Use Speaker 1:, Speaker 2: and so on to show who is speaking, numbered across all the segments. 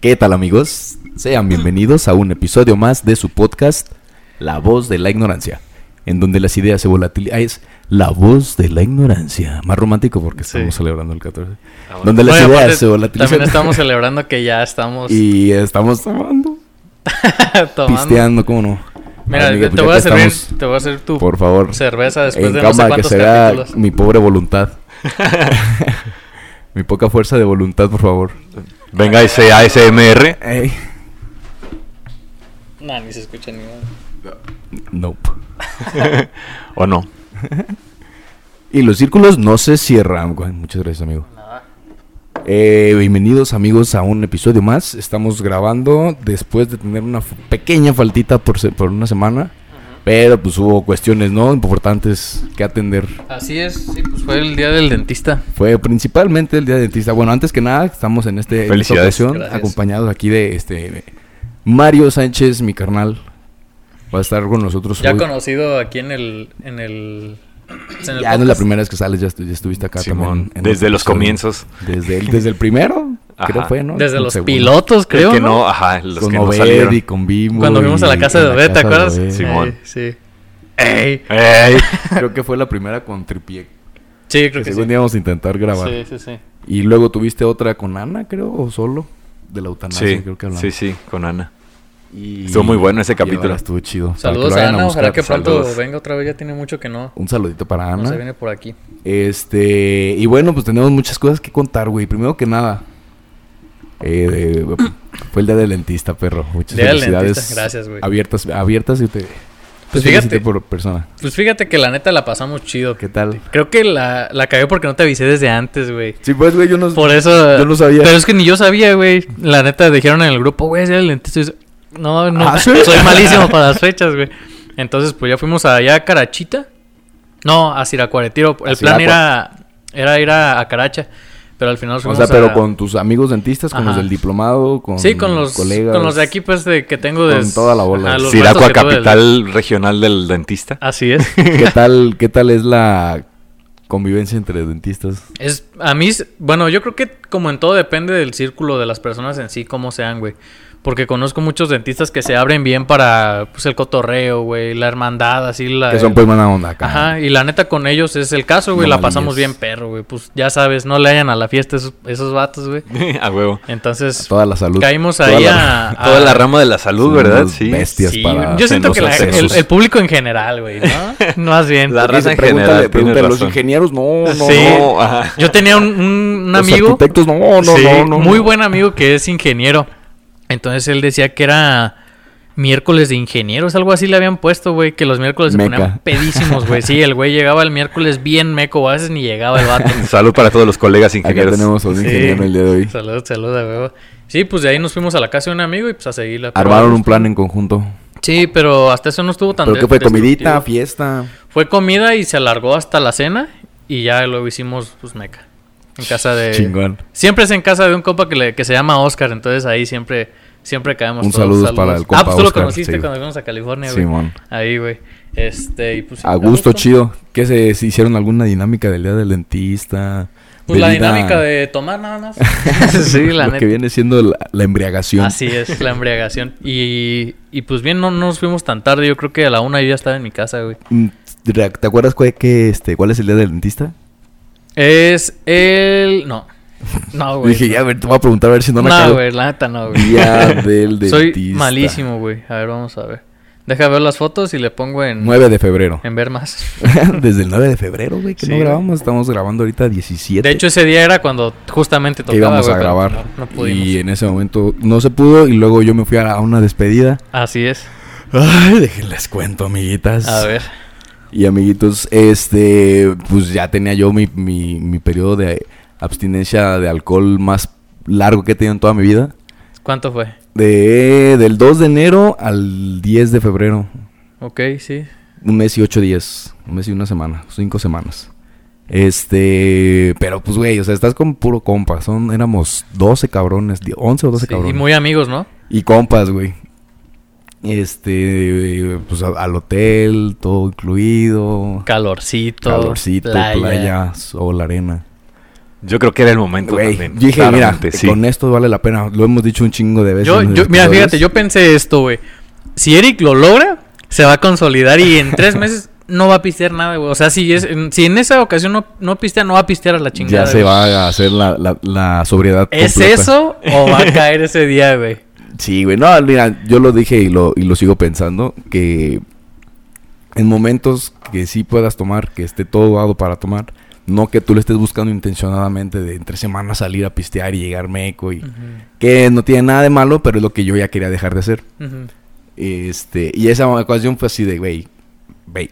Speaker 1: ¿Qué tal amigos? Sean bienvenidos a un episodio más de su podcast La voz de la ignorancia, en donde las ideas se volatilizan. Es La voz de la ignorancia, más romántico porque
Speaker 2: Sí.
Speaker 1: estamos celebrando el 14.
Speaker 2: Ah, bueno.
Speaker 1: Donde las
Speaker 2: Oye,
Speaker 1: ideas
Speaker 2: aparte,
Speaker 1: se volatilizan.
Speaker 2: También estamos celebrando que ya estamos
Speaker 1: y estamos tomando,
Speaker 2: tomando.
Speaker 1: pisteando, ¿cómo no?
Speaker 2: Mira,
Speaker 1: Amiga, pues
Speaker 2: te,
Speaker 1: ya
Speaker 2: voy
Speaker 1: que
Speaker 2: a servir,
Speaker 1: estamos,
Speaker 2: te voy a hacer tu
Speaker 1: por favor,
Speaker 2: cerveza después
Speaker 1: en
Speaker 2: de no sé
Speaker 1: cama que
Speaker 2: cuántos
Speaker 1: se haga
Speaker 2: capítulos.
Speaker 1: mi pobre voluntad. mi poca fuerza de voluntad, por favor.
Speaker 3: Venga, ese ASMR.
Speaker 1: Ey.
Speaker 2: Nah, ni se escucha ni nada.
Speaker 1: Nope.
Speaker 3: ¿O no?
Speaker 1: Y los círculos no se cierran. güey. Muchas gracias, amigo. Eh, bienvenidos, amigos, a un episodio más. Estamos grabando después de tener una f- pequeña faltita por, se- por una semana. Pero pues hubo cuestiones no importantes que atender.
Speaker 2: Así es, sí, pues fue el día del dentista.
Speaker 1: Fue principalmente el día del dentista. Bueno, antes que nada, estamos en, este, en esta
Speaker 3: Felicidades.
Speaker 1: ocasión
Speaker 2: Gracias.
Speaker 1: acompañados aquí de este Mario Sánchez, mi carnal. Va a estar con nosotros
Speaker 2: Ya
Speaker 1: hoy.
Speaker 2: conocido aquí en el. En el, en
Speaker 1: Ya no
Speaker 2: el
Speaker 1: es la
Speaker 2: podcast.
Speaker 1: primera vez que sales, ya, estu- ya estuviste acá
Speaker 3: Simón,
Speaker 1: también. en
Speaker 3: desde
Speaker 1: otro
Speaker 3: los
Speaker 1: episodio.
Speaker 3: comienzos.
Speaker 1: Desde el, desde el primero,
Speaker 3: Ajá.
Speaker 1: creo fue, ¿no?
Speaker 2: Desde
Speaker 1: El
Speaker 2: los
Speaker 1: segundo.
Speaker 2: pilotos,
Speaker 3: El
Speaker 2: creo.
Speaker 3: que
Speaker 2: ¿no?
Speaker 3: no, ah, ajá, los
Speaker 1: con
Speaker 3: que no
Speaker 1: Obed
Speaker 3: salieron.
Speaker 1: y con Bimbo.
Speaker 2: Cuando fuimos a la
Speaker 1: y
Speaker 2: casa de
Speaker 1: en la
Speaker 2: Obed, ¿te
Speaker 1: casa de
Speaker 2: acuerdas?
Speaker 1: Obed.
Speaker 3: Sí. Simón.
Speaker 2: Ey, sí. Ey.
Speaker 3: ¡Ey!
Speaker 1: Creo que fue la primera con Tripié.
Speaker 2: Sí,
Speaker 1: Que
Speaker 2: creo que sí.
Speaker 1: según íbamos a intentar grabar.
Speaker 2: Sí, sí, sí.
Speaker 1: Y luego tuviste otra con Ana, creo, o solo. De la eutanasia,
Speaker 3: Sí,
Speaker 1: creo que hablamos.
Speaker 3: sí, sí, con Ana.
Speaker 1: Y-
Speaker 3: Estuvo muy bueno ese
Speaker 1: y ahora
Speaker 3: capítulo.
Speaker 1: Estuvo chido. Para que
Speaker 2: Saludos
Speaker 1: lo
Speaker 2: a
Speaker 1: vayan
Speaker 2: Ana, ojalá
Speaker 1: buscar.
Speaker 2: que pronto
Speaker 3: Saludos.
Speaker 2: venga otra vez, ya tiene mucho que no.
Speaker 1: Un saludito para
Speaker 2: No se
Speaker 1: Ana.
Speaker 2: viene por aquí.
Speaker 1: Este, y bueno, pues tenemos muchas cosas que contar, güey. Primero que nada, eh, eh, fue el día del dentista, perro. Muchas
Speaker 2: Día del
Speaker 1: felicidades.
Speaker 2: dentista, gracias, güey.
Speaker 1: Abiertas, abiertas y te.
Speaker 2: Pues
Speaker 1: te felicito
Speaker 2: fíjate.
Speaker 1: por persona.
Speaker 2: Pues fíjate que la neta la pasamos chido.
Speaker 1: ¿Qué tal?
Speaker 2: Creo que la, la cagué porque no te avisé desde antes, güey.
Speaker 1: Sí, pues, güey, yo no.
Speaker 2: Por eso.
Speaker 1: Yo no sabía.
Speaker 2: Pero es que ni yo sabía, güey. La neta dijeron en el grupo, güey, es día del dentista. Y yo, No, no.
Speaker 1: Ah, ¿sí?
Speaker 2: Soy malísimo para las fechas, güey. Entonces, pues ya fuimos allá a Carachita. No, a Siracuaretiro. El
Speaker 1: A
Speaker 2: plan era, era ir a, a Caracha. Pero al final
Speaker 1: o
Speaker 2: fuimos
Speaker 1: sea, pero
Speaker 2: a-
Speaker 1: con tus amigos dentistas, con los
Speaker 2: Ajá.
Speaker 1: del diplomado, con,
Speaker 2: Sí, con los,
Speaker 1: colegas.
Speaker 2: con los de aquí, pues, de, que tengo de...
Speaker 1: Con toda la bola.
Speaker 2: Ajá, los ratos
Speaker 3: Siracua,
Speaker 2: que tuve del-
Speaker 3: capital regional del dentista.
Speaker 2: Así es.
Speaker 1: ¿Qué tal, qué tal es la convivencia entre dentistas?
Speaker 2: Es, a mí, s- bueno, yo creo que como en todo depende del círculo de las personas en sí, cómo sean, güey. Porque conozco muchos dentistas que se abren bien para, pues, el cotorreo, güey, la hermandad, así la...
Speaker 1: que son pues buena onda acá.
Speaker 2: Ah, Ajá, y la neta con ellos es el caso, güey,
Speaker 1: No
Speaker 2: la pasamos bien
Speaker 1: malillas.
Speaker 2: perro, güey. Pues, ya sabes, no le hayan a la fiesta esos, esos vatos, güey.
Speaker 3: a huevo.
Speaker 2: Entonces,
Speaker 1: Toda la salud.
Speaker 2: caímos
Speaker 1: Toda
Speaker 2: ahí
Speaker 1: la-
Speaker 2: a... a-
Speaker 3: Toda la rama de la salud,
Speaker 1: Son
Speaker 3: ¿verdad?
Speaker 1: unos
Speaker 3: Sí.
Speaker 1: bestias.
Speaker 2: Sí,
Speaker 1: para-
Speaker 2: yo siento
Speaker 3: en
Speaker 2: que
Speaker 3: los
Speaker 2: la- el,
Speaker 3: accesos.
Speaker 2: el público en general, güey, ¿no? Más bien.
Speaker 3: La raza en
Speaker 1: Pregúntale-
Speaker 3: general tiene
Speaker 1: pregúntale a los
Speaker 3: razón.
Speaker 1: ingenieros, no, no,
Speaker 2: Sí.
Speaker 1: no.
Speaker 3: No, ajá.
Speaker 2: Yo tenía un, un- un
Speaker 1: Los
Speaker 2: amigo...
Speaker 1: arquitectos, no, no,
Speaker 2: Sí,
Speaker 1: no, no.
Speaker 2: Eh, muy
Speaker 1: no.
Speaker 2: buen amigo que es ingeniero. Entonces él decía que era miércoles de ingenieros, algo así le habían puesto, güey, que los miércoles se
Speaker 1: Meca.
Speaker 2: ponían pedísimos, güey. Sí, el güey llegaba el miércoles bien meco, a veces ni llegaba el vato.
Speaker 3: Salud para todos los colegas
Speaker 1: Acá
Speaker 3: ingenieros.
Speaker 1: tenemos a un
Speaker 2: Sí.
Speaker 1: ingeniero el día de hoy.
Speaker 2: Saludos, saludos, güey. Sí, pues de ahí nos fuimos a la casa de un amigo y pues a seguir la
Speaker 1: Armaron un plan en conjunto.
Speaker 2: Sí, pero hasta eso no estuvo tan
Speaker 1: ¿Pero
Speaker 2: de-
Speaker 1: qué fue? ¿Comidita?
Speaker 2: destructivo.
Speaker 1: ¿Fiesta?
Speaker 2: Fue comida y se alargó hasta la cena y ya luego hicimos pues meca. En casa de
Speaker 1: Chingón.
Speaker 2: Siempre es en casa de un compa que, le- que se llama Oscar, entonces ahí siempre, siempre caemos
Speaker 1: Un
Speaker 2: todos.
Speaker 1: saludo para el compa
Speaker 2: Ah, pues tú lo
Speaker 1: Oscar,
Speaker 2: conociste
Speaker 1: sí.
Speaker 2: cuando fuimos a California, güey.
Speaker 1: Simón.
Speaker 2: Ahí, güey. Este, y pues... sí,
Speaker 1: A gusto, chido. ¿Qué se, se hicieron alguna dinámica del día del dentista?
Speaker 2: Pues la
Speaker 1: Bebida-
Speaker 2: dinámica de tomar nada más. sí, la
Speaker 1: Lo
Speaker 2: neta. Ah,
Speaker 1: que viene siendo la, la embriagación.
Speaker 2: Así es, la embriagación. Y, y pues bien, no, no nos fuimos tan tarde. Yo creo que a la una yo ya estaba en mi casa, güey.
Speaker 1: Mm, ¿Te te acuerdas cuál, que, este, cuál es el día del dentista?
Speaker 2: Es el... No. No, Oh, güey.
Speaker 1: Dije, ya, a ver, te voy a preguntar a ver si no la
Speaker 2: no,
Speaker 1: cago.
Speaker 2: güey, la neta no, güey.
Speaker 1: Día del dentista.
Speaker 2: Soy malísimo, güey. A ver, vamos a ver. Deja ver las fotos y le pongo en,
Speaker 1: 9 de febrero.
Speaker 2: en ver más.
Speaker 1: Desde el 9 de febrero, güey, que
Speaker 2: Sí,
Speaker 1: no
Speaker 2: güey.
Speaker 1: grabamos. Estamos grabando ahorita 17.
Speaker 2: De hecho, ese día era cuando justamente tocaba,
Speaker 1: que íbamos
Speaker 2: güey,
Speaker 1: a
Speaker 2: pero
Speaker 1: grabar.
Speaker 2: No, no pudimos.
Speaker 1: y eh, en ese momento no se pudo. Y luego yo me fui a a una despedida.
Speaker 2: Así es.
Speaker 1: Ay, déjenles cuento, amiguitas.
Speaker 2: A ver.
Speaker 1: Y amiguitos, este, pues ya tenía yo mi, mi, mi periodo de abstinencia de alcohol más largo que he tenido en toda mi vida.
Speaker 2: ¿Cuánto fue?
Speaker 1: De, del 2 de enero al 10 de febrero.
Speaker 2: Ok, sí.
Speaker 1: Un mes y ocho días. Un mes y una semana. Cinco semanas. Este, pero pues güey, o sea, estás con puro compas. Son, éramos 12 cabrones, di- 11 o 12
Speaker 2: Sí,
Speaker 1: cabrones.
Speaker 2: Y muy amigos, ¿no?
Speaker 1: Y compas, güey. Este, pues a- al hotel, todo incluido.
Speaker 2: Calorcito.
Speaker 1: Calorcito, playa. sol, arena.
Speaker 3: Yo creo que era el
Speaker 2: Pues,
Speaker 3: momento
Speaker 1: Güey,
Speaker 3: también.
Speaker 1: yo dije, mira,
Speaker 3: claramente, sí.
Speaker 1: con esto vale la pena. Lo hemos dicho un chingo de veces.
Speaker 2: Yo,
Speaker 1: en los
Speaker 2: yo- mira,
Speaker 1: episodios.
Speaker 2: fíjate, yo pensé esto, güey. Si Eric lo logra, se va a consolidar y en tres meses no va a pistear nada, güey. O sea, si, es, en- si en esa ocasión no, no pistea, no va a pistear a la
Speaker 1: Ya
Speaker 2: chingada.
Speaker 1: se
Speaker 2: güey.
Speaker 1: va a hacer la, la, la sobriedad.
Speaker 2: ¿Es
Speaker 1: completa.
Speaker 2: eso o va a caer ese día, güey?
Speaker 1: Sí, güey. No, mira, yo lo dije y lo, y lo sigo pensando. Que en momentos que sí puedas tomar, que esté todo dado para tomar. No que tú le estés buscando intencionadamente de entre semanas salir a pistear y llegar meco. Y, Que no tiene nada de malo, pero es lo que yo ya quería dejar de hacer.
Speaker 2: Ujú.
Speaker 1: Este, y esa ocasión fue así de, güey, güey.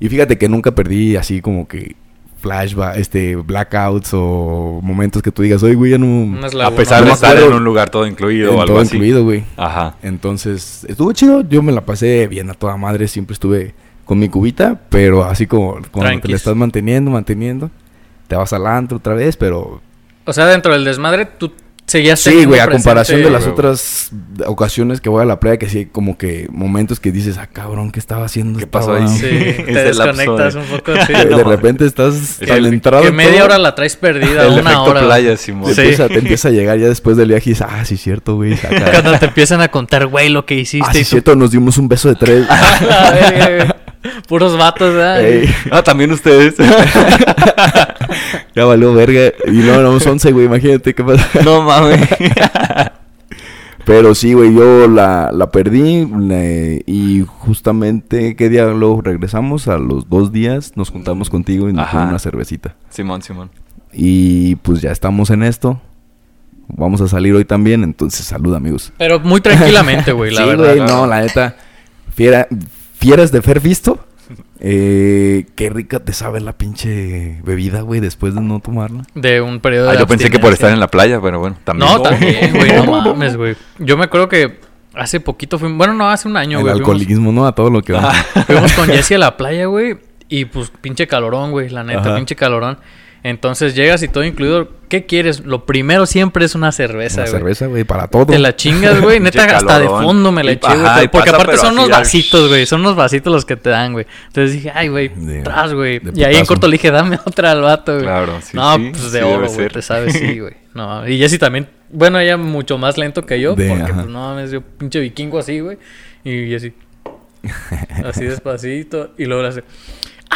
Speaker 1: Y fíjate que nunca perdí así como que flashback, este, blackouts o momentos que tú digas, oye, güey, ya no...
Speaker 2: Unas
Speaker 3: A
Speaker 2: lagunas.
Speaker 3: pesar
Speaker 1: No
Speaker 3: de
Speaker 1: me
Speaker 3: estar en
Speaker 1: acuerdo.
Speaker 3: un lugar todo incluido
Speaker 1: en
Speaker 3: o algo
Speaker 1: todo
Speaker 3: así.
Speaker 1: incluido, güey.
Speaker 3: Ajá.
Speaker 1: Entonces, estuvo chido, yo me la pasé bien a toda madre, siempre estuve con mi cubita, pero así como cuando te
Speaker 2: Tranquis.
Speaker 1: la estás manteniendo, manteniendo, te vas al antro otra vez, pero
Speaker 2: O sea, dentro del desmadre, tú seguías
Speaker 1: Sí,
Speaker 2: teniendo
Speaker 1: güey, a
Speaker 2: presente-
Speaker 1: comparación de las
Speaker 3: güey.
Speaker 1: otras ocasiones que voy a la playa, que sí hay como que momentos que dices, ah, cabrón, ¿qué estaba haciendo?
Speaker 3: ¿Qué
Speaker 1: esta
Speaker 3: pasó ahí?
Speaker 1: banda?"
Speaker 2: Sí,
Speaker 3: Ese
Speaker 2: te
Speaker 3: lapso de-
Speaker 2: desconectas un poco, sí.
Speaker 1: Que
Speaker 3: No
Speaker 1: de
Speaker 3: mames.
Speaker 1: repente estás
Speaker 3: El-
Speaker 1: calentado.
Speaker 2: que media
Speaker 1: todo,
Speaker 2: hora la traes perdida,
Speaker 3: el
Speaker 2: una
Speaker 3: efecto
Speaker 2: hora.
Speaker 3: playa, Simón.
Speaker 1: te,
Speaker 2: Sí.
Speaker 1: empieza, te empieza a llegar ya después del viaje y dices, ah, sí, cierto, güey. acá.
Speaker 2: Cuando te empiezan a contar, güey, lo que hiciste.
Speaker 1: Ah, sí,
Speaker 2: y tú-
Speaker 1: cierto, nos dimos un beso de tres.
Speaker 2: A la verga, güey. Puros vatos, ¿verdad?
Speaker 1: Ey,
Speaker 3: Ah, también ustedes.
Speaker 1: ya valió verga. Y no, éramos 11, güey, imagínate qué pasa.
Speaker 3: no mames.
Speaker 1: Pero sí, güey, yo la, la perdí eh, y justamente, ¿qué día luego regresamos? A los dos días nos juntamos contigo y nos
Speaker 3: Ajá.
Speaker 1: tomamos una cervecita.
Speaker 3: Simón, Simón.
Speaker 1: Y pues ya estamos en esto. Vamos a salir hoy también, entonces salud amigos.
Speaker 2: Pero muy tranquilamente, güey, la
Speaker 1: sí,
Speaker 2: verdad.
Speaker 1: güey, no, la neta. Fiera, fieras de Fer visto. Eh, qué rica te sabe la pinche bebida, güey, después de no tomarla.
Speaker 2: De un periodo
Speaker 3: Ah,
Speaker 2: de
Speaker 3: yo pensé que por
Speaker 2: abstinencia.
Speaker 3: estar en la playa, pero bueno, también.
Speaker 2: No, también, güey, no mames, güey. Yo me acuerdo que hace poquito fui... Bueno, no, hace un año,
Speaker 1: El
Speaker 2: güey. fuimos- Ah,
Speaker 1: alcoholismo, ¿no? A todo lo que va.
Speaker 2: Fuimos con Jesse a la playa, güey. Y pues pinche calorón, güey. La neta,
Speaker 1: Ajá.
Speaker 2: pinche calorón. Entonces llegas y todo incluido. ¿Qué quieres? Lo primero siempre es una cerveza,
Speaker 1: Una
Speaker 2: güey.
Speaker 1: cerveza, güey, para todo.
Speaker 2: Te la chingas, güey. Neta,
Speaker 3: Pinche
Speaker 2: hasta de
Speaker 3: calorón.
Speaker 2: fondo me la
Speaker 3: Y-
Speaker 2: eché,
Speaker 3: ajá,
Speaker 2: güey.
Speaker 3: y
Speaker 2: Porque
Speaker 3: pasa,
Speaker 2: aparte
Speaker 3: pero
Speaker 2: son
Speaker 3: así,
Speaker 2: unos
Speaker 3: al-
Speaker 2: vasitos, güey. Son unos vasitos los que te dan, güey. Entonces dije, ay, güey,
Speaker 1: De-
Speaker 2: tras, güey.
Speaker 1: de
Speaker 2: Y ahí en
Speaker 1: putazo.
Speaker 2: corto le dije, dame otra al vato, güey.
Speaker 3: Claro, sí,
Speaker 2: No,
Speaker 3: sí,
Speaker 2: pues
Speaker 3: sí
Speaker 2: de
Speaker 3: debe
Speaker 2: oro, güey.
Speaker 3: ser.
Speaker 2: Te sabes, sí, güey. No, y Jessy también. Bueno, ella mucho más lento que yo.
Speaker 1: De-
Speaker 2: porque,
Speaker 1: ajá.
Speaker 2: pues, no mames, yo pinche vikingo así, güey. Y Jessy. Así despacito. Y luego le hace.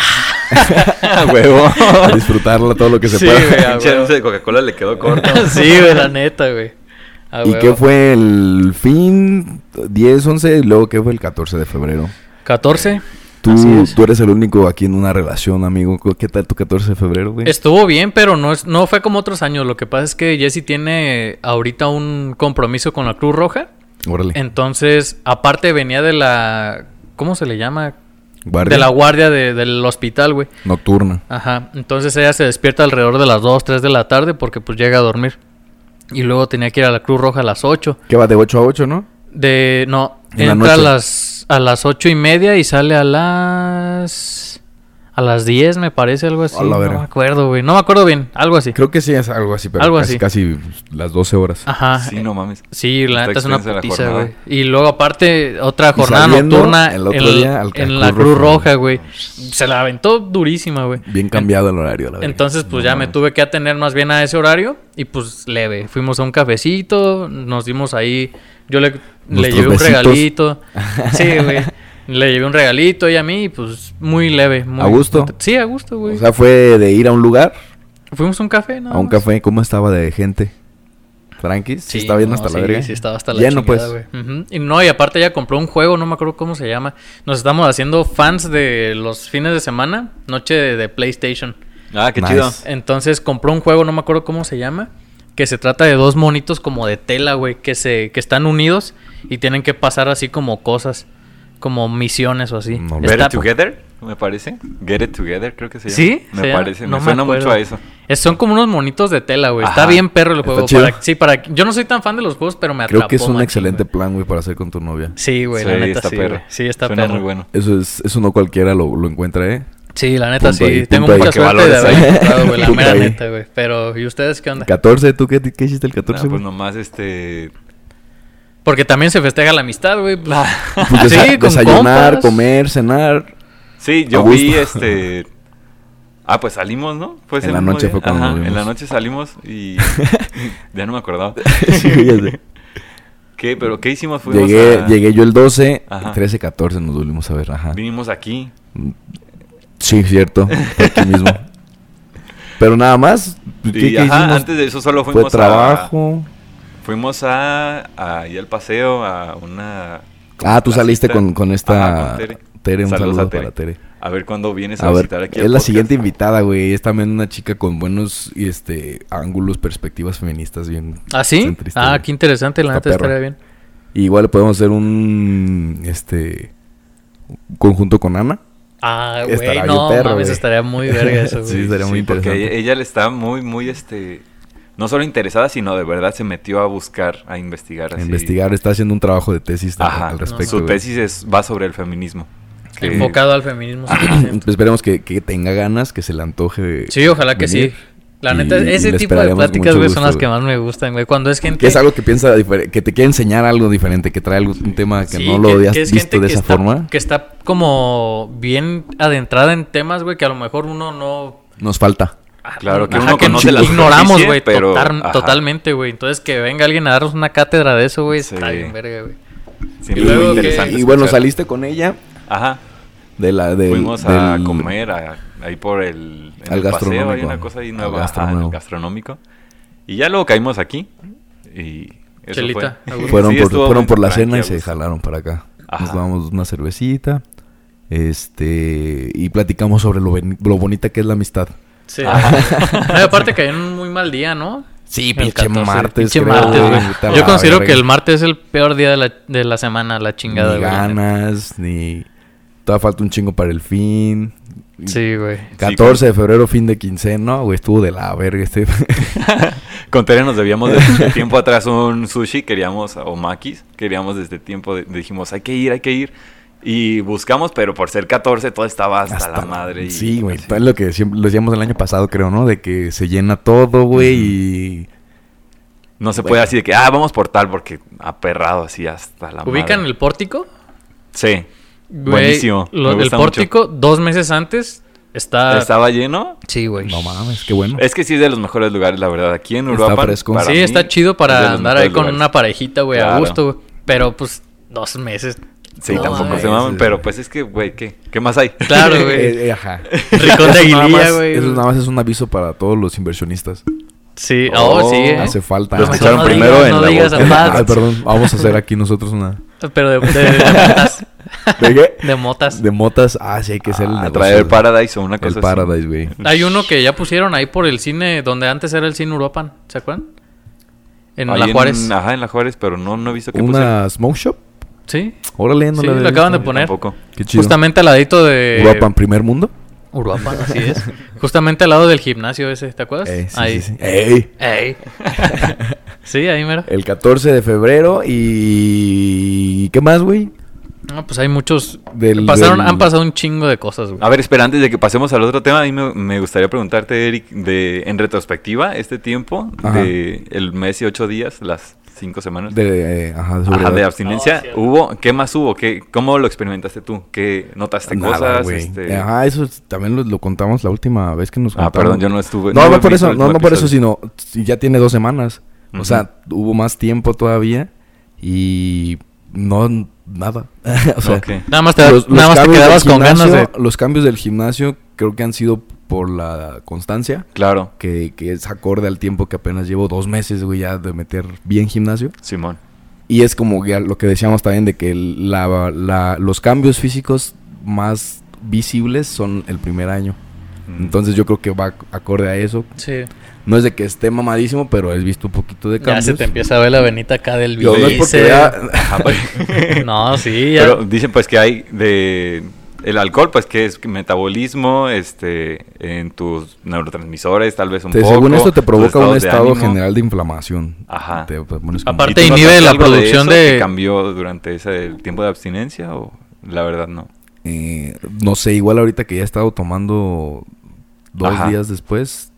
Speaker 3: huevo.
Speaker 1: ¡Ah! A disfrutarla todo lo que se
Speaker 2: Sí,
Speaker 1: pueda.
Speaker 2: güey, a
Speaker 3: Pinche
Speaker 2: huevo.
Speaker 3: anuncio de Coca-Cola le quedó corto.
Speaker 2: sí, güey, la neta, Ah, güey. A
Speaker 1: ¿Y
Speaker 2: huevo.
Speaker 1: qué fue el fin? 10, 11, y luego qué fue el 14 de febrero.
Speaker 2: 14. Así
Speaker 1: Tú,
Speaker 2: es.
Speaker 1: tú eres el único aquí en una relación, amigo. ¿Qué tal tu 14 de febrero, güey?
Speaker 2: Estuvo bien, pero no, es, no fue como otros años. Lo que pasa es que Jesse tiene ahorita un compromiso con la Cruz Roja.
Speaker 1: Órale.
Speaker 2: Entonces, aparte venía de la... ¿Cómo se le llama?
Speaker 1: Guardia
Speaker 2: De la guardia de- del hospital, güey.
Speaker 1: Nocturna.
Speaker 2: Ajá. Entonces ella se despierta alrededor de las 2, 3 de la tarde porque pues llega a dormir. Y luego tenía que ir a la Cruz Roja a las 8.
Speaker 1: Que va de 8 a 8, ¿no?
Speaker 2: De... No,
Speaker 1: En la
Speaker 2: entra a
Speaker 1: noche.
Speaker 2: las, a las 8 y media y sale a las... A las 10 me parece, algo así.
Speaker 1: A la
Speaker 2: No me
Speaker 1: verga.
Speaker 2: acuerdo, güey. No me acuerdo bien. Algo así.
Speaker 1: Creo que sí es algo así, pero
Speaker 2: Algo
Speaker 1: casi,
Speaker 2: así. Ah.
Speaker 1: casi las 12 horas.
Speaker 2: Ajá.
Speaker 3: Sí, no mames.
Speaker 2: Sí, la
Speaker 3: Está
Speaker 2: neta es una
Speaker 3: extensa la
Speaker 2: putiza,
Speaker 3: jornada.
Speaker 2: güey. Y luego, aparte, otra
Speaker 1: Y
Speaker 2: jornada
Speaker 1: saliendo
Speaker 2: nocturna
Speaker 1: el otro
Speaker 2: en, la-
Speaker 1: día al-
Speaker 2: en
Speaker 1: al
Speaker 2: la
Speaker 1: Cruz
Speaker 2: Cruz
Speaker 1: Roja,
Speaker 2: Roja, güey. Se la aventó durísima, güey.
Speaker 1: Bien cambiado el horario, la verdad.
Speaker 2: Entonces, pues ya
Speaker 3: No
Speaker 2: me
Speaker 3: mames.
Speaker 2: tuve que atener más bien a ese horario. Y pues leve. Fuimos a un cafecito, nos dimos ahí. Yo le, le
Speaker 1: Nuestros
Speaker 2: llevé un
Speaker 1: besitos.
Speaker 2: regalito. Sí, güey. Le llevé un regalito y a mí, y, pues muy leve. Muy,
Speaker 1: ¿A gusto?
Speaker 2: Sí, a gusto, güey.
Speaker 1: O sea, fue de ir a un lugar,
Speaker 2: Fuimos a un café, ¿no? pues.
Speaker 1: a un café. ¿Cómo estaba de gente? ¿Tranquis? ¿Sí está bien
Speaker 2: no,
Speaker 1: hasta la
Speaker 2: sí,
Speaker 1: verga?
Speaker 2: Sí, estaba hasta la
Speaker 1: Lleno,
Speaker 2: chingada,
Speaker 1: pues.
Speaker 2: güey. Ujú. Y no, y aparte ella compró un juego, no me acuerdo cómo se llama. Nos estamos haciendo fans de los fines de semana, noche de, de PlayStation.
Speaker 3: Ah, qué
Speaker 1: Nice.
Speaker 3: chido.
Speaker 2: Entonces compró un juego, no me acuerdo cómo se llama, que se trata de dos monitos como de tela, güey, que se que están unidos y tienen que pasar así como cosas, como misiones o así.
Speaker 1: No,
Speaker 3: Get
Speaker 2: Está-
Speaker 3: It Together, me parece. Get It Together, creo que se llama.
Speaker 2: ¿Sí?
Speaker 3: Me
Speaker 2: ¿Se llama?
Speaker 3: parece.
Speaker 2: No
Speaker 3: me suena
Speaker 2: acuerdo.
Speaker 3: mucho a eso.
Speaker 2: Es- son como unos monitos de tela, güey. Está
Speaker 3: Ajá.
Speaker 2: bien perro el
Speaker 1: Está
Speaker 2: juego.
Speaker 1: chido.
Speaker 2: para- sí, para, yo no soy tan fan de los juegos, pero me atrapó.
Speaker 1: Creo que es un
Speaker 2: machín,
Speaker 1: excelente
Speaker 2: güey.
Speaker 1: plan, güey, para hacer con tu novia.
Speaker 2: Sí, güey, la neta sí, güey. Sí, está
Speaker 3: Suena
Speaker 2: perro.
Speaker 3: muy bueno.
Speaker 1: Eso es, eso no cualquiera lo, lo encuentra, ¿eh?
Speaker 2: Sí, la neta
Speaker 1: Punto
Speaker 2: sí.
Speaker 1: ahí,
Speaker 2: Tengo
Speaker 1: punto ahí.
Speaker 2: mucha
Speaker 1: Para que
Speaker 2: suerte de
Speaker 3: valores
Speaker 2: haber
Speaker 3: ahí.
Speaker 2: encontrado, güey, la
Speaker 1: Punto
Speaker 2: mera
Speaker 1: ahí.
Speaker 2: neta, güey. Pero, ¿y ustedes qué onda?
Speaker 1: 14, ¿tú qué, qué hiciste el
Speaker 3: Nah,
Speaker 1: 14?
Speaker 3: pues
Speaker 1: güey?
Speaker 3: nomás este.
Speaker 2: Porque también se festeja la amistad, güey.
Speaker 1: Pues
Speaker 2: Sí,
Speaker 1: desa-
Speaker 2: con
Speaker 1: desayunar,
Speaker 2: compas.
Speaker 1: comer, cenar.
Speaker 3: Sí, yo
Speaker 1: A gusto.
Speaker 3: vi este. Ah, pues salimos, ¿no? Pues
Speaker 1: En la noche fue cuando nos
Speaker 3: En la
Speaker 1: vimos.
Speaker 3: noche salimos y. ya no me acordaba.
Speaker 1: Sí, ya sé.
Speaker 3: ¿Qué? ¿Pero qué hicimos? Fuimos
Speaker 1: Llegué,
Speaker 3: a-
Speaker 1: llegué yo el 12,
Speaker 3: Ajá.
Speaker 1: 13, 14 nos volvimos a ver, ajá.
Speaker 3: Vinimos aquí.
Speaker 1: Sí, cierto, fue aquí mismo. Pero nada más, ¿qué-
Speaker 3: Y,
Speaker 1: qué
Speaker 3: ajá,
Speaker 1: hicimos?
Speaker 3: antes de eso solo fuimos
Speaker 1: Fue trabajo.
Speaker 3: a. Fuimos a. Ahí al paseo, a una.
Speaker 1: Ah, tú
Speaker 3: placita.
Speaker 1: saliste con, con esta
Speaker 3: Ajá, con Tere.
Speaker 1: Tere, un
Speaker 3: Saludos
Speaker 1: saludo
Speaker 3: a Tere.
Speaker 1: para Tere.
Speaker 3: A ver cuándo vienes a,
Speaker 1: A ver,
Speaker 3: visitar aquí.
Speaker 1: es
Speaker 3: al
Speaker 1: la
Speaker 3: podcast.
Speaker 1: siguiente invitada, güey. Es también una chica con buenos y este ángulos, perspectivas feministas bien.
Speaker 2: ¿Ah, sí?
Speaker 1: centristas,
Speaker 2: Ah,
Speaker 1: güey.
Speaker 2: qué interesante, la
Speaker 1: Está
Speaker 2: neta
Speaker 1: perro.
Speaker 2: estaría bien.
Speaker 1: Y Igual le podemos hacer un este conjunto con Ana.
Speaker 2: Ah,
Speaker 1: Estará
Speaker 2: güey,
Speaker 1: bien
Speaker 2: no,
Speaker 1: perro,
Speaker 2: mames,
Speaker 1: güey.
Speaker 2: estaría muy verga eso,
Speaker 1: Sí,
Speaker 2: güey.
Speaker 1: estaría muy
Speaker 3: porque
Speaker 1: interesante.
Speaker 3: ella, ella le está muy, muy este. No solo interesada, sino de verdad se metió a buscar, a investigar.
Speaker 1: a
Speaker 3: así.
Speaker 1: Investigar, está haciendo un trabajo de tesis al-
Speaker 3: Ah, Ajá,
Speaker 1: al respecto.
Speaker 3: su
Speaker 1: güey.
Speaker 3: tesis es- va sobre el feminismo. Eh, Que-
Speaker 2: Enfocado al feminismo. 100%.
Speaker 1: Esperemos que, que tenga ganas, que se le antoje.
Speaker 2: Sí, ojalá que
Speaker 1: venir.
Speaker 2: sí. La neta,
Speaker 1: Y- y
Speaker 2: ese
Speaker 1: le
Speaker 2: tipo de
Speaker 1: esperaremos con
Speaker 2: pláticas,
Speaker 1: mucho
Speaker 2: güey, son
Speaker 1: gusto,
Speaker 2: las que
Speaker 1: güey.
Speaker 2: más me gustan, güey. Cuando es gente...
Speaker 1: Que es algo que piensa diferente, que te quiere enseñar algo diferente, que trae algún- un tema que
Speaker 2: Sí,
Speaker 1: no lo habías
Speaker 2: que es gente
Speaker 1: visto de
Speaker 2: que
Speaker 1: esa
Speaker 2: está-
Speaker 1: forma.
Speaker 2: Que está como bien adentrada en temas, güey, que a lo mejor uno no...
Speaker 1: Nos falta.
Speaker 3: Claro, que
Speaker 2: Ah, Ajá,
Speaker 3: uno conoce la
Speaker 2: ignoramos,
Speaker 3: superficie,
Speaker 2: güey,
Speaker 3: pero-
Speaker 2: total-
Speaker 3: ajá.
Speaker 2: totalmente, güey. Entonces, que venga alguien a darnos una cátedra de eso, güey, está
Speaker 3: Sí.
Speaker 2: bien verga, güey.
Speaker 3: siempre
Speaker 2: Y
Speaker 3: fue
Speaker 2: luego
Speaker 3: interesante
Speaker 1: y bueno,
Speaker 3: escuchar.
Speaker 1: saliste con ella
Speaker 3: Ajá.
Speaker 1: de la de
Speaker 3: Fuimos a comer a- ahí por el, en
Speaker 1: Al
Speaker 3: el paseo, hay
Speaker 1: gastronómico.
Speaker 3: una cosa ahí
Speaker 1: Al
Speaker 3: nueva, ajá, en
Speaker 1: gastronómico.
Speaker 3: el gastronómico. Y ya luego caímos aquí y eso
Speaker 2: Chelita, a
Speaker 3: fue.
Speaker 2: gusto.
Speaker 1: Fueron
Speaker 3: Sí,
Speaker 1: por,
Speaker 3: estuvo pues.
Speaker 1: fueron
Speaker 3: muy
Speaker 1: por la
Speaker 3: tranqui,
Speaker 1: cena
Speaker 3: a
Speaker 1: y se
Speaker 3: gusto.
Speaker 1: jalaron para acá. Nos
Speaker 3: Ajá.
Speaker 1: tomamos una cervecita. Este, y platicamos sobre lo, ben- lo bonita que es la amistad.
Speaker 2: Sí.
Speaker 3: Ajá.
Speaker 2: No, y aparte cayó en un muy mal día, ¿no?
Speaker 1: Sí,
Speaker 2: El 14,
Speaker 1: martes.
Speaker 2: pinche
Speaker 1: creo,
Speaker 2: martes,
Speaker 1: güey.
Speaker 2: güey.
Speaker 1: Puta
Speaker 2: Yo
Speaker 1: la
Speaker 2: considero
Speaker 1: verga.
Speaker 2: que el martes es el peor día de la, de la semana, la chingada,
Speaker 1: Ni
Speaker 2: güey.
Speaker 1: ganas, ni. Todavía falta un chingo para el fin.
Speaker 2: Sí, güey.
Speaker 1: 14 de febrero, fin de quincena, no, güey, estuvo de la verga este.
Speaker 3: Con Tere nos debíamos desde tiempo atrás un sushi, queríamos, o maquis, queríamos desde tiempo, de- dijimos, hay que ir, hay que ir. Y buscamos, pero por ser 14 todo estaba hasta, la madre. y-
Speaker 1: Sí, güey.
Speaker 3: así.
Speaker 1: Es lo que siempre, lo decíamos el año pasado, creo, ¿no? De que se llena todo, güey, y.
Speaker 3: No se puede así de que, ah, vamos por tal, porque aperrado así hasta la
Speaker 2: ¿Ubican
Speaker 3: madre.
Speaker 2: el pórtico?
Speaker 3: Sí.
Speaker 2: Güey,
Speaker 3: Buenísimo.
Speaker 2: Lo,
Speaker 3: Me
Speaker 2: el
Speaker 3: gusta mucho.
Speaker 2: pórtico, dos meses antes, está...
Speaker 3: ¿Estaba lleno?
Speaker 2: Sí, güey.
Speaker 1: No mames, qué bueno.
Speaker 3: Es que sí es de los mejores lugares, la verdad. Aquí en
Speaker 1: Está
Speaker 3: Europa.
Speaker 1: fresco.
Speaker 2: Sí, está chido para andar ahí con una parejita, güey, a
Speaker 3: Claro.
Speaker 2: gusto, güey. Pero, pues, dos meses.
Speaker 3: Sí,
Speaker 2: No
Speaker 3: tampoco
Speaker 2: mames.
Speaker 3: se maman,
Speaker 1: Sí.
Speaker 3: pero pues es que, güey, ¿qué? ¿Qué más hay?
Speaker 2: Claro, güey.
Speaker 1: Eh, eh, ajá.
Speaker 2: Rincón de
Speaker 1: Eso nada
Speaker 2: aguililla,
Speaker 1: más-
Speaker 2: güey.
Speaker 1: Eso nada más es un aviso para todos los inversionistas.
Speaker 2: Sí, oh,
Speaker 3: Oh,
Speaker 2: sí, eh.
Speaker 1: Hace falta.
Speaker 3: Lo
Speaker 1: Ah,
Speaker 3: escucharon
Speaker 2: no
Speaker 3: primero
Speaker 2: digas-
Speaker 3: en
Speaker 2: no
Speaker 3: la
Speaker 2: digas
Speaker 3: voz.
Speaker 2: aparte.
Speaker 1: Ay, perdón. Vamos a hacer aquí nosotros una.
Speaker 2: Pero de, de- de motas.
Speaker 1: ¿De qué?
Speaker 2: De motas.
Speaker 1: De motas. Ah, sí, hay que hacer el
Speaker 3: Ah,
Speaker 1: negocio.
Speaker 3: traer
Speaker 1: güey.
Speaker 3: Paradise o una cosa
Speaker 1: El
Speaker 3: así.
Speaker 1: Paradise, güey.
Speaker 2: Hay uno que ya pusieron ahí por el cine, donde antes era el cine Uruapan, ¿se acuerdan? En
Speaker 3: Ahí
Speaker 2: La Juárez.
Speaker 3: ajá, en La Juárez, pero no, no he visto que pusieron.
Speaker 1: Una smoke shop.
Speaker 2: Sí,
Speaker 1: Órale, no
Speaker 2: Sí,
Speaker 1: la había
Speaker 2: lo acaban
Speaker 1: visto.
Speaker 2: de poner.
Speaker 3: Tampoco.
Speaker 1: Qué chido.
Speaker 2: justamente al ladito de...
Speaker 1: Guapan, primer mundo.
Speaker 2: Uruapan, así es. Justamente al lado del gimnasio ese, ¿te acuerdas?
Speaker 1: Eh, sí,
Speaker 2: ahí.
Speaker 1: sí, Eh, sí. Ey.
Speaker 2: Ey. sí, ahí mero.
Speaker 1: El 14 de febrero y... ¿Qué más, güey?
Speaker 2: No, pues hay muchos...
Speaker 1: Del-
Speaker 2: pasaron,
Speaker 1: del-
Speaker 2: Han pasado un chingo de cosas, güey.
Speaker 3: A ver, espera, antes de que pasemos al otro tema, a mí me, me gustaría preguntarte, Eric, de, en retrospectiva, este tiempo,
Speaker 1: Ajá.
Speaker 3: de el mes y ocho días, las cinco semanas
Speaker 1: De, eh, ajá, de
Speaker 3: Ajá,
Speaker 1: sobriedad.
Speaker 3: de abstinencia,
Speaker 2: Ah, cierto.
Speaker 3: hubo, ¿qué más hubo? ¿Qué, ¿Cómo lo experimentaste tú? ¿Qué notaste
Speaker 1: Nada,
Speaker 3: cosas?
Speaker 1: güey. Eh,
Speaker 3: Este...
Speaker 1: Ajá, eso es- también lo, lo contamos la última vez que nos
Speaker 3: Ah,
Speaker 1: contamos.
Speaker 3: perdón, yo no estuve.
Speaker 1: No, no
Speaker 3: vi
Speaker 1: por
Speaker 3: todo
Speaker 1: eso,
Speaker 3: el
Speaker 1: no, no por eso,
Speaker 3: episodio.
Speaker 1: sino si ya tiene dos semanas.
Speaker 3: Ujú.
Speaker 1: O sea, hubo más tiempo todavía y no nada. o sea,
Speaker 3: Ok.
Speaker 2: Nada más te,
Speaker 1: los- los
Speaker 2: nada más te
Speaker 1: cambios del
Speaker 2: quedabas con ganas de...
Speaker 1: gimnasio- Los cambios del gimnasio creo que han sido por la constancia,
Speaker 3: Claro,
Speaker 1: que, que es acorde al tiempo que apenas llevo dos meses, güey, ya de meter bien gimnasio.
Speaker 3: Simón.
Speaker 1: Y es como ya lo que decíamos también de que el- la- la- los cambios físicos más visibles son el primer año.
Speaker 3: Mm.
Speaker 1: Entonces yo creo que va acorde a eso.
Speaker 2: Sí.
Speaker 1: No es de que esté mamadísimo, pero has visto un poquito de
Speaker 2: Ya
Speaker 1: cambios.
Speaker 2: se te empieza a ver la venita acá del
Speaker 1: Yo, no es porque
Speaker 2: bíceps.
Speaker 1: vea-
Speaker 3: Ajá, pues.
Speaker 2: No, sí, ya.
Speaker 3: Pero dicen pues que hay de el alcohol, pues que es metabolismo, este, en tus neurotransmisores, tal vez un
Speaker 1: te-
Speaker 3: poco.
Speaker 1: según esto te
Speaker 3: tus
Speaker 1: provoca un
Speaker 3: estados de
Speaker 1: estado
Speaker 3: ánimo.
Speaker 1: general de inflamación.
Speaker 3: Ajá.
Speaker 1: Te pones como-
Speaker 2: Aparte-
Speaker 3: ¿Y tú
Speaker 2: inhibe
Speaker 3: notaste
Speaker 2: la
Speaker 3: algo de
Speaker 2: producción
Speaker 3: eso que
Speaker 2: de-
Speaker 3: cambió durante ese tiempo de abstinencia o la verdad no?
Speaker 1: Eh, no sé, igual ahorita que ya he estado tomando dos
Speaker 3: Ajá.
Speaker 1: días después,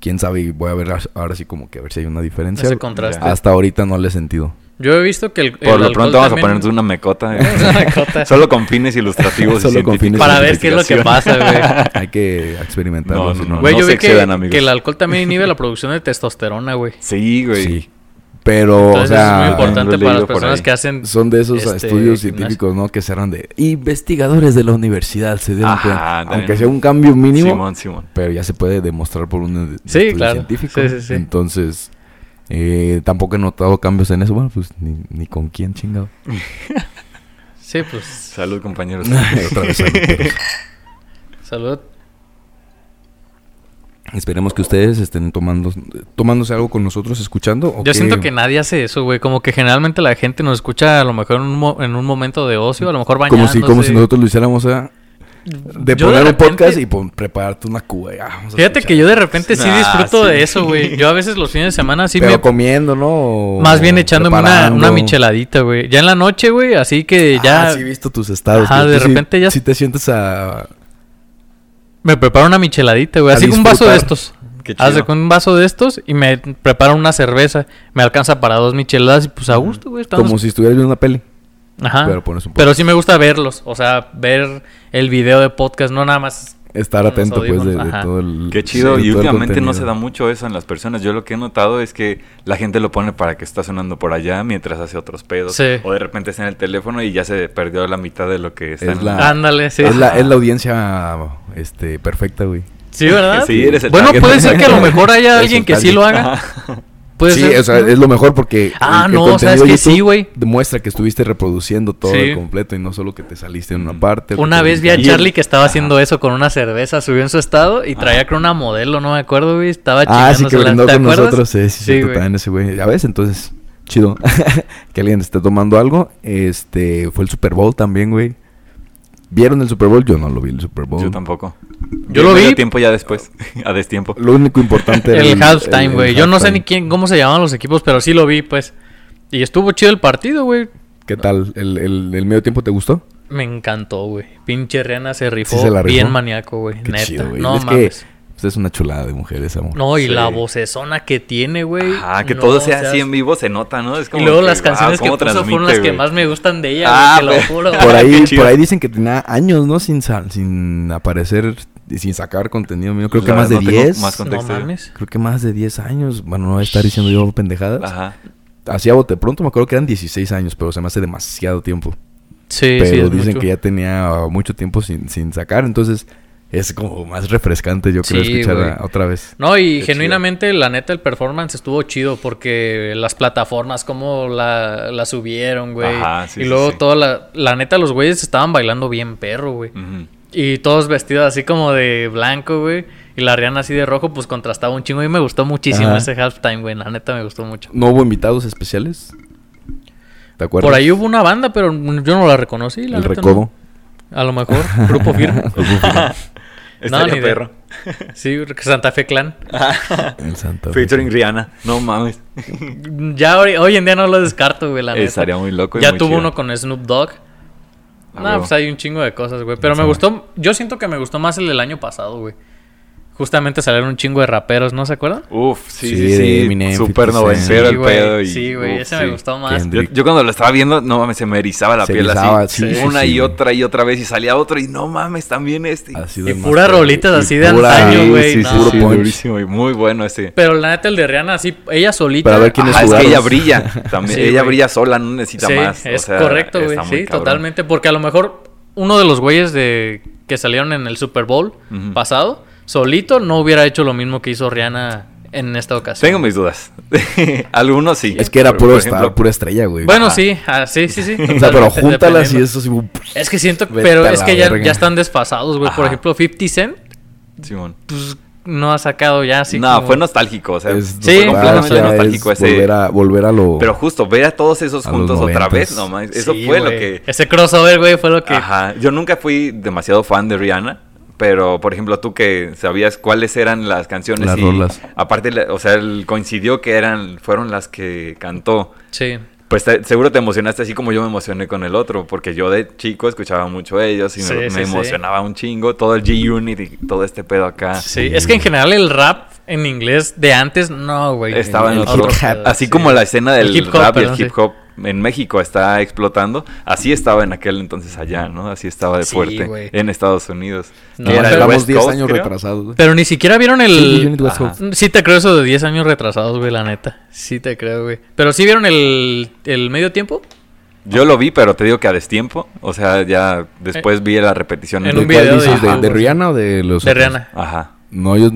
Speaker 1: quién sabe, y voy a ver ahora sí como que a ver si hay una diferencia.
Speaker 2: Ese contraste.
Speaker 1: Hasta ahorita no le he sentido.
Speaker 2: Yo he visto que el.
Speaker 3: Por lo pronto vamos a ponernos una mecota. eh.
Speaker 2: Una mecota.
Speaker 3: Solo con fines ilustrativos y
Speaker 1: Solo con fines
Speaker 3: científicos.
Speaker 2: Para
Speaker 1: de
Speaker 2: ver qué es lo que pasa, güey.
Speaker 1: Hay que experimentar
Speaker 3: No, no, no.
Speaker 2: Güey, yo
Speaker 3: se
Speaker 2: vi que,
Speaker 3: excedan, amigos.
Speaker 2: que el alcohol también inhibe la producción de testosterona, güey.
Speaker 3: Sí, güey.
Speaker 1: Sí. Pero,
Speaker 2: Entonces
Speaker 1: o sea,
Speaker 2: es muy
Speaker 3: lo he
Speaker 2: importante para
Speaker 3: leído
Speaker 2: las
Speaker 3: por
Speaker 2: personas
Speaker 3: ahí.
Speaker 2: que hacen.
Speaker 1: son de esos
Speaker 2: este,
Speaker 1: estudios
Speaker 2: gimnasio.
Speaker 1: científicos, ¿no? Que serán de investigadores de la universidad, se dieron
Speaker 3: Ajá,
Speaker 1: cuenta.
Speaker 3: ándale.
Speaker 1: Aunque sea un cambio mínimo,
Speaker 3: Simón, Simón.
Speaker 1: pero ya se puede demostrar por un
Speaker 2: Sí,
Speaker 1: estudio
Speaker 2: claro.
Speaker 1: científico.
Speaker 2: Sí, sí, sí.
Speaker 1: Entonces, eh, tampoco he notado cambios en eso. Bueno, pues ni, ni con quién chingado.
Speaker 2: Sí, pues.
Speaker 3: Salud, compañeros.
Speaker 1: Otra vez, salud, perros.
Speaker 2: Salud.
Speaker 1: Esperemos que ustedes estén tomando, tomándose algo con nosotros, escuchando. o
Speaker 2: Yo siento que nadie hace eso, güey. Como que generalmente la gente nos escucha a lo mejor en un, mo- en un momento de ocio, a lo mejor
Speaker 1: Como
Speaker 2: bañándose.
Speaker 1: si, como si nosotros lo hiciéramos, o sea, de
Speaker 2: Yo de
Speaker 1: poner un
Speaker 2: repente-
Speaker 1: podcast y pon- prepararte una cuba. y, ah, vamos a
Speaker 2: Fíjate que
Speaker 1: escuchar.
Speaker 2: yo de repente sí
Speaker 3: Ah,
Speaker 2: disfruto
Speaker 3: sí.
Speaker 2: de eso, güey. Yo a veces los fines de semana sí
Speaker 1: Pero
Speaker 2: me
Speaker 1: comiendo, ¿no? O
Speaker 2: Más bien echándome una,
Speaker 1: preparando.
Speaker 2: una micheladita, güey. Ya en la noche, güey, así que ya
Speaker 1: Ah, sí he visto tus estados.
Speaker 2: Ajá,
Speaker 1: que
Speaker 2: de
Speaker 1: tú sí-
Speaker 2: repente ya-
Speaker 1: Sí te sientes a...
Speaker 2: me preparo una micheladita, güey.
Speaker 1: A
Speaker 2: Así un vaso de
Speaker 1: disfrutar.
Speaker 2: estos.
Speaker 3: Qué chido.
Speaker 2: Haz de con un vaso de estos y me preparo una cerveza. Me alcanza para dos micheladas y pues a gusto, güey. Estamos...
Speaker 1: Mm. Como si estuvieras viendo una peli.
Speaker 2: Ajá.
Speaker 1: pero pones un
Speaker 2: Pero sí me gusta verlos. O sea, ver el video de podcast, no nada más.
Speaker 1: Estar
Speaker 2: Con los
Speaker 1: atento, pues, de, de
Speaker 2: audífonos, ajá.
Speaker 1: todo el...
Speaker 3: Qué chido.
Speaker 1: de
Speaker 3: Y
Speaker 1: todo el
Speaker 3: últimamente no
Speaker 1: contenido.
Speaker 3: se da mucho eso en las personas. Yo lo que he notado es que la gente lo pone para que está sonando por allá mientras hace otros pedos.
Speaker 2: Sí.
Speaker 3: O de repente está en el teléfono y ya se perdió la mitad de lo que está
Speaker 1: Es
Speaker 3: en
Speaker 1: la- Ah,
Speaker 2: Ándale, sí.
Speaker 1: Es la, es la audiencia este, perfecta, güey.
Speaker 2: Sí, ¿verdad?
Speaker 3: Sí, eres el
Speaker 2: Ah, bueno,
Speaker 3: target.
Speaker 2: puede ser que a lo mejor haya
Speaker 1: Es
Speaker 2: alguien
Speaker 1: un
Speaker 2: que sí
Speaker 1: target.
Speaker 2: lo haga.
Speaker 3: Ajá.
Speaker 2: Puede
Speaker 1: sí,
Speaker 2: ser.
Speaker 1: o sea, es lo mejor porque...
Speaker 2: Ah,
Speaker 1: el- el
Speaker 2: no, sabes
Speaker 1: contenido de
Speaker 2: que sí,
Speaker 1: YouTube
Speaker 2: güey.
Speaker 1: Demuestra que estuviste reproduciendo todo
Speaker 2: Sí.
Speaker 1: el completo y no solo que te saliste en una parte.
Speaker 2: Una
Speaker 1: que te
Speaker 2: vez vi a
Speaker 1: saliste-
Speaker 2: Charlie que estaba haciendo eso con una cerveza, subió en su estado y traía con una modelo, no me acuerdo, güey. Estaba
Speaker 1: Ah, sí, que
Speaker 2: chingándosela,
Speaker 1: brindó
Speaker 2: ¿te
Speaker 1: con
Speaker 2: acuerdas?
Speaker 1: nosotros. Sí, sí,
Speaker 2: Sí,
Speaker 1: cierto,
Speaker 2: güey.
Speaker 1: también ese güey. Ya ves, entonces, chido. que alguien esté tomando algo. Este, fue el Super Bowl también, güey. ¿Vieron el Super Bowl? Yo no lo vi el Super Bowl.
Speaker 3: Yo tampoco.
Speaker 2: Yo lo
Speaker 3: medio
Speaker 2: vi.
Speaker 3: tiempo ya después. a destiempo.
Speaker 1: Lo único importante
Speaker 2: El, halftime,
Speaker 1: el-
Speaker 2: güey.
Speaker 1: el
Speaker 2: Yo no sé
Speaker 1: halftime.
Speaker 2: ni quién, cómo se llamaban los equipos, pero sí lo vi, pues. Y estuvo chido el partido, güey.
Speaker 1: ¿Qué tal? ¿El, el, el medio tiempo te gustó?
Speaker 2: Me encantó, güey. Pinche Rihanna se rifó,
Speaker 1: se la rifó?
Speaker 2: bien maníaco, güey.
Speaker 1: Qué
Speaker 2: Neta.
Speaker 1: chido, güey.
Speaker 2: no
Speaker 1: es
Speaker 2: mames.
Speaker 1: que usted es una chulada de mujeres, amor.
Speaker 2: No, y
Speaker 3: Sí.
Speaker 2: la vocesona que tiene, güey.
Speaker 3: Ah, que
Speaker 2: No,
Speaker 3: todo sea
Speaker 2: o sea,
Speaker 3: así en vivo se nota, ¿no? Es
Speaker 2: Y
Speaker 3: como
Speaker 2: luego
Speaker 3: que,
Speaker 2: las
Speaker 3: wow,
Speaker 2: canciones que
Speaker 3: cómo
Speaker 2: puso fueron
Speaker 3: transmite,
Speaker 2: las que
Speaker 3: güey.
Speaker 2: más me gustan de ella,
Speaker 3: Ah,
Speaker 2: güey.
Speaker 3: pues,
Speaker 2: Te lo juro.
Speaker 1: Por
Speaker 2: güey.
Speaker 1: ahí,
Speaker 3: Qué chido.
Speaker 1: por ahí dicen que tenía años, ¿no? Sin, sal- sin aparecer, y sin sacar contenido mío. Creo
Speaker 3: La
Speaker 1: que más de
Speaker 3: verdad no tengo
Speaker 1: 10.
Speaker 3: más con-
Speaker 2: No
Speaker 3: contexto,
Speaker 2: mames.
Speaker 1: Creo que más de 10 años. Bueno, no voy a estar diciendo yo pendejadas.
Speaker 3: Ajá.
Speaker 1: Hacía bote pronto, me acuerdo que eran 16 años, pero se me hace demasiado tiempo.
Speaker 2: Sí, sí.
Speaker 1: pero
Speaker 2: es
Speaker 1: dicen
Speaker 2: mucho.
Speaker 1: que ya tenía mucho tiempo sin, sin sacar, entonces es como más refrescante, yo creo,
Speaker 2: Sí,
Speaker 1: escucharla
Speaker 2: güey.
Speaker 1: otra vez.
Speaker 2: No, y
Speaker 3: Qué
Speaker 2: genuinamente, la neta, el performance estuvo chido porque las plataformas, como la, la subieron, güey.
Speaker 3: Ajá, sí,
Speaker 2: y
Speaker 3: sí,
Speaker 2: luego
Speaker 3: sí.
Speaker 2: toda la. La neta, los güeyes estaban bailando bien perro, güey.
Speaker 3: Ujú.
Speaker 2: Y todos vestidos así como de blanco, güey. Y la Rihanna así de rojo, pues contrastaba un chingo. Y me gustó muchísimo
Speaker 1: Ajá.
Speaker 2: ese halftime, güey. La neta, me gustó mucho.
Speaker 1: ¿No hubo invitados especiales? ¿Te acuerdas?
Speaker 2: Por ahí hubo una banda, pero yo no la reconocí. La
Speaker 1: El
Speaker 2: neta,
Speaker 1: recodo.
Speaker 2: no. A lo mejor, Grupo Firme.
Speaker 3: Estaría
Speaker 2: ni idea.
Speaker 3: perro.
Speaker 2: sí, Santa Fe Clan.
Speaker 1: El Santa Fe.
Speaker 3: Featuring Rihanna. No mames.
Speaker 2: Ya hoy, hoy en día no lo descarto, güey, la neta.
Speaker 3: Estaría muy loco. y
Speaker 2: Ya
Speaker 3: muy
Speaker 2: tuvo
Speaker 3: chido.
Speaker 2: uno con Snoop Dogg.
Speaker 3: Ah,
Speaker 2: No,
Speaker 3: huevo.
Speaker 2: pues hay un chingo de cosas, güey. Pero me gustó, yo siento que me gustó más el del año pasado, güey. Justamente salieron un chingo de raperos, ¿no se acuerdan?
Speaker 3: Uf, sí,
Speaker 1: Sí,
Speaker 3: sí,
Speaker 1: de
Speaker 3: sí.
Speaker 1: Eminem,
Speaker 3: Súper
Speaker 1: 50
Speaker 3: noventero
Speaker 1: Pero
Speaker 2: sí,
Speaker 3: el
Speaker 2: güey.
Speaker 3: pedo. Y,
Speaker 2: sí, güey,
Speaker 3: uf,
Speaker 2: ese me
Speaker 3: sí.
Speaker 2: gustó más.
Speaker 1: Kendrick.
Speaker 3: Yo, yo cuando lo estaba viendo, no mames, se me erizaba la
Speaker 1: Se
Speaker 3: piel
Speaker 1: erizaba,
Speaker 3: así.
Speaker 1: sí, sí,
Speaker 3: una
Speaker 1: sí,
Speaker 3: y
Speaker 1: güey.
Speaker 3: otra y otra vez y salía otro y no mames, también este.
Speaker 1: Ha sido
Speaker 2: Y
Speaker 1: el más
Speaker 2: puras
Speaker 1: perro,
Speaker 2: rolitas
Speaker 1: y
Speaker 2: así de
Speaker 1: pura-
Speaker 2: antaño, güey.
Speaker 3: sí, sí,
Speaker 2: no.
Speaker 1: puro
Speaker 3: sí,
Speaker 1: punch.
Speaker 3: durísimo y muy bueno ese.
Speaker 2: Pero la neta, el de Rihanna, así, ella solita.
Speaker 1: Para ver quién
Speaker 3: Ajá, es que
Speaker 1: jugaron.
Speaker 3: ella brilla. También,
Speaker 2: Sí,
Speaker 3: ella
Speaker 2: güey.
Speaker 3: brilla sola, no necesita
Speaker 2: Sí,
Speaker 3: más. o
Speaker 2: es
Speaker 3: sea,
Speaker 2: correcto, güey.
Speaker 3: está muy
Speaker 2: Sí,
Speaker 3: cabrón.
Speaker 2: totalmente. Porque a lo mejor uno de los güeyes de que salieron en el Super Bowl
Speaker 3: Ujú.
Speaker 2: pasado, solito, no hubiera hecho lo mismo que hizo Rihanna en esta ocasión.
Speaker 3: Tengo mis dudas. Algunos sí.
Speaker 1: Es que era
Speaker 3: Pero,
Speaker 1: puro
Speaker 3: por
Speaker 1: estar,
Speaker 3: ejemplo,
Speaker 1: pura estrella, güey.
Speaker 2: Bueno, sí, ah, sí, sí, sí.
Speaker 1: o sea, pero
Speaker 2: totalmente,
Speaker 1: júntalas y
Speaker 2: dependiendo.
Speaker 1: eso sí. un-
Speaker 2: Es que siento,
Speaker 1: Vete
Speaker 2: pero
Speaker 1: a
Speaker 2: es
Speaker 1: la
Speaker 2: que ya,
Speaker 1: verga.
Speaker 2: ya están desfasados, güey. Por
Speaker 3: Ajá.
Speaker 2: ejemplo, 50 Cent pues,
Speaker 3: Simón.
Speaker 2: no ha sacado ya así.
Speaker 3: no,
Speaker 2: como-
Speaker 3: fue nostálgico. O sea,
Speaker 1: es
Speaker 2: Sí,
Speaker 3: fue completamente
Speaker 1: nostalgia, es
Speaker 3: nostálgico ese.
Speaker 1: Volver a, volver a lo.
Speaker 3: Pero justo, ver a todos esos
Speaker 1: A los
Speaker 3: juntos otra
Speaker 1: noventas.
Speaker 3: vez, no mames, Eso
Speaker 2: Sí,
Speaker 3: fue lo
Speaker 2: güey.
Speaker 3: que.
Speaker 2: Ese crossover, güey, fue lo que.
Speaker 3: Ajá. Yo nunca fui demasiado fan de Rihanna. Pero, por ejemplo, tú que sabías cuáles eran las canciones.
Speaker 1: Las
Speaker 3: y
Speaker 1: rolas.
Speaker 3: Aparte, la- o sea, el- coincidió que eran, fueron las que cantó.
Speaker 2: Sí.
Speaker 3: Pues te- seguro te emocionaste así como yo me emocioné con el otro, porque yo de chico escuchaba mucho ellos y me-
Speaker 2: Sí,
Speaker 3: me,
Speaker 2: sí, sí.
Speaker 3: emocionaba un chingo, todo el G-Unit y todo este pedo acá.
Speaker 2: Sí, es que en general el rap en inglés de antes, no, güey.
Speaker 3: Estaba en
Speaker 2: El
Speaker 3: otro.
Speaker 1: hip hop.
Speaker 2: pedo,
Speaker 3: Así
Speaker 2: sí.
Speaker 3: como la escena del
Speaker 2: El hip hop,
Speaker 3: rap y
Speaker 2: perdón,
Speaker 3: el hip
Speaker 2: sí.
Speaker 3: hop en México está explotando, así estaba en aquel entonces allá, ¿no? Así estaba de
Speaker 2: Sí,
Speaker 3: fuerte
Speaker 2: güey.
Speaker 3: en Estados Unidos.
Speaker 2: No,
Speaker 3: Que era el
Speaker 2: pero-
Speaker 1: Estamos
Speaker 3: West
Speaker 1: 10
Speaker 3: Coast,
Speaker 1: años
Speaker 3: creo.
Speaker 1: retrasados. güey.
Speaker 2: Pero ni siquiera vieron
Speaker 1: Sí,
Speaker 2: el...
Speaker 1: Unit West
Speaker 3: Ajá.
Speaker 1: Coast.
Speaker 2: Sí te creo eso de 10 años retrasados, güey, la neta. Sí te creo, güey. Pero sí vieron el, el medio tiempo.
Speaker 3: Yo lo vi, pero te digo que a destiempo, o sea, ya después vi la repetición.
Speaker 2: Eh, en
Speaker 1: ¿De
Speaker 2: un
Speaker 1: cuál
Speaker 2: video de
Speaker 1: dices?
Speaker 2: YouTube,
Speaker 1: de,
Speaker 2: güey.
Speaker 1: Rihanna o de los
Speaker 2: De
Speaker 1: otros?
Speaker 2: Rihanna.
Speaker 3: Ajá.
Speaker 1: No, yo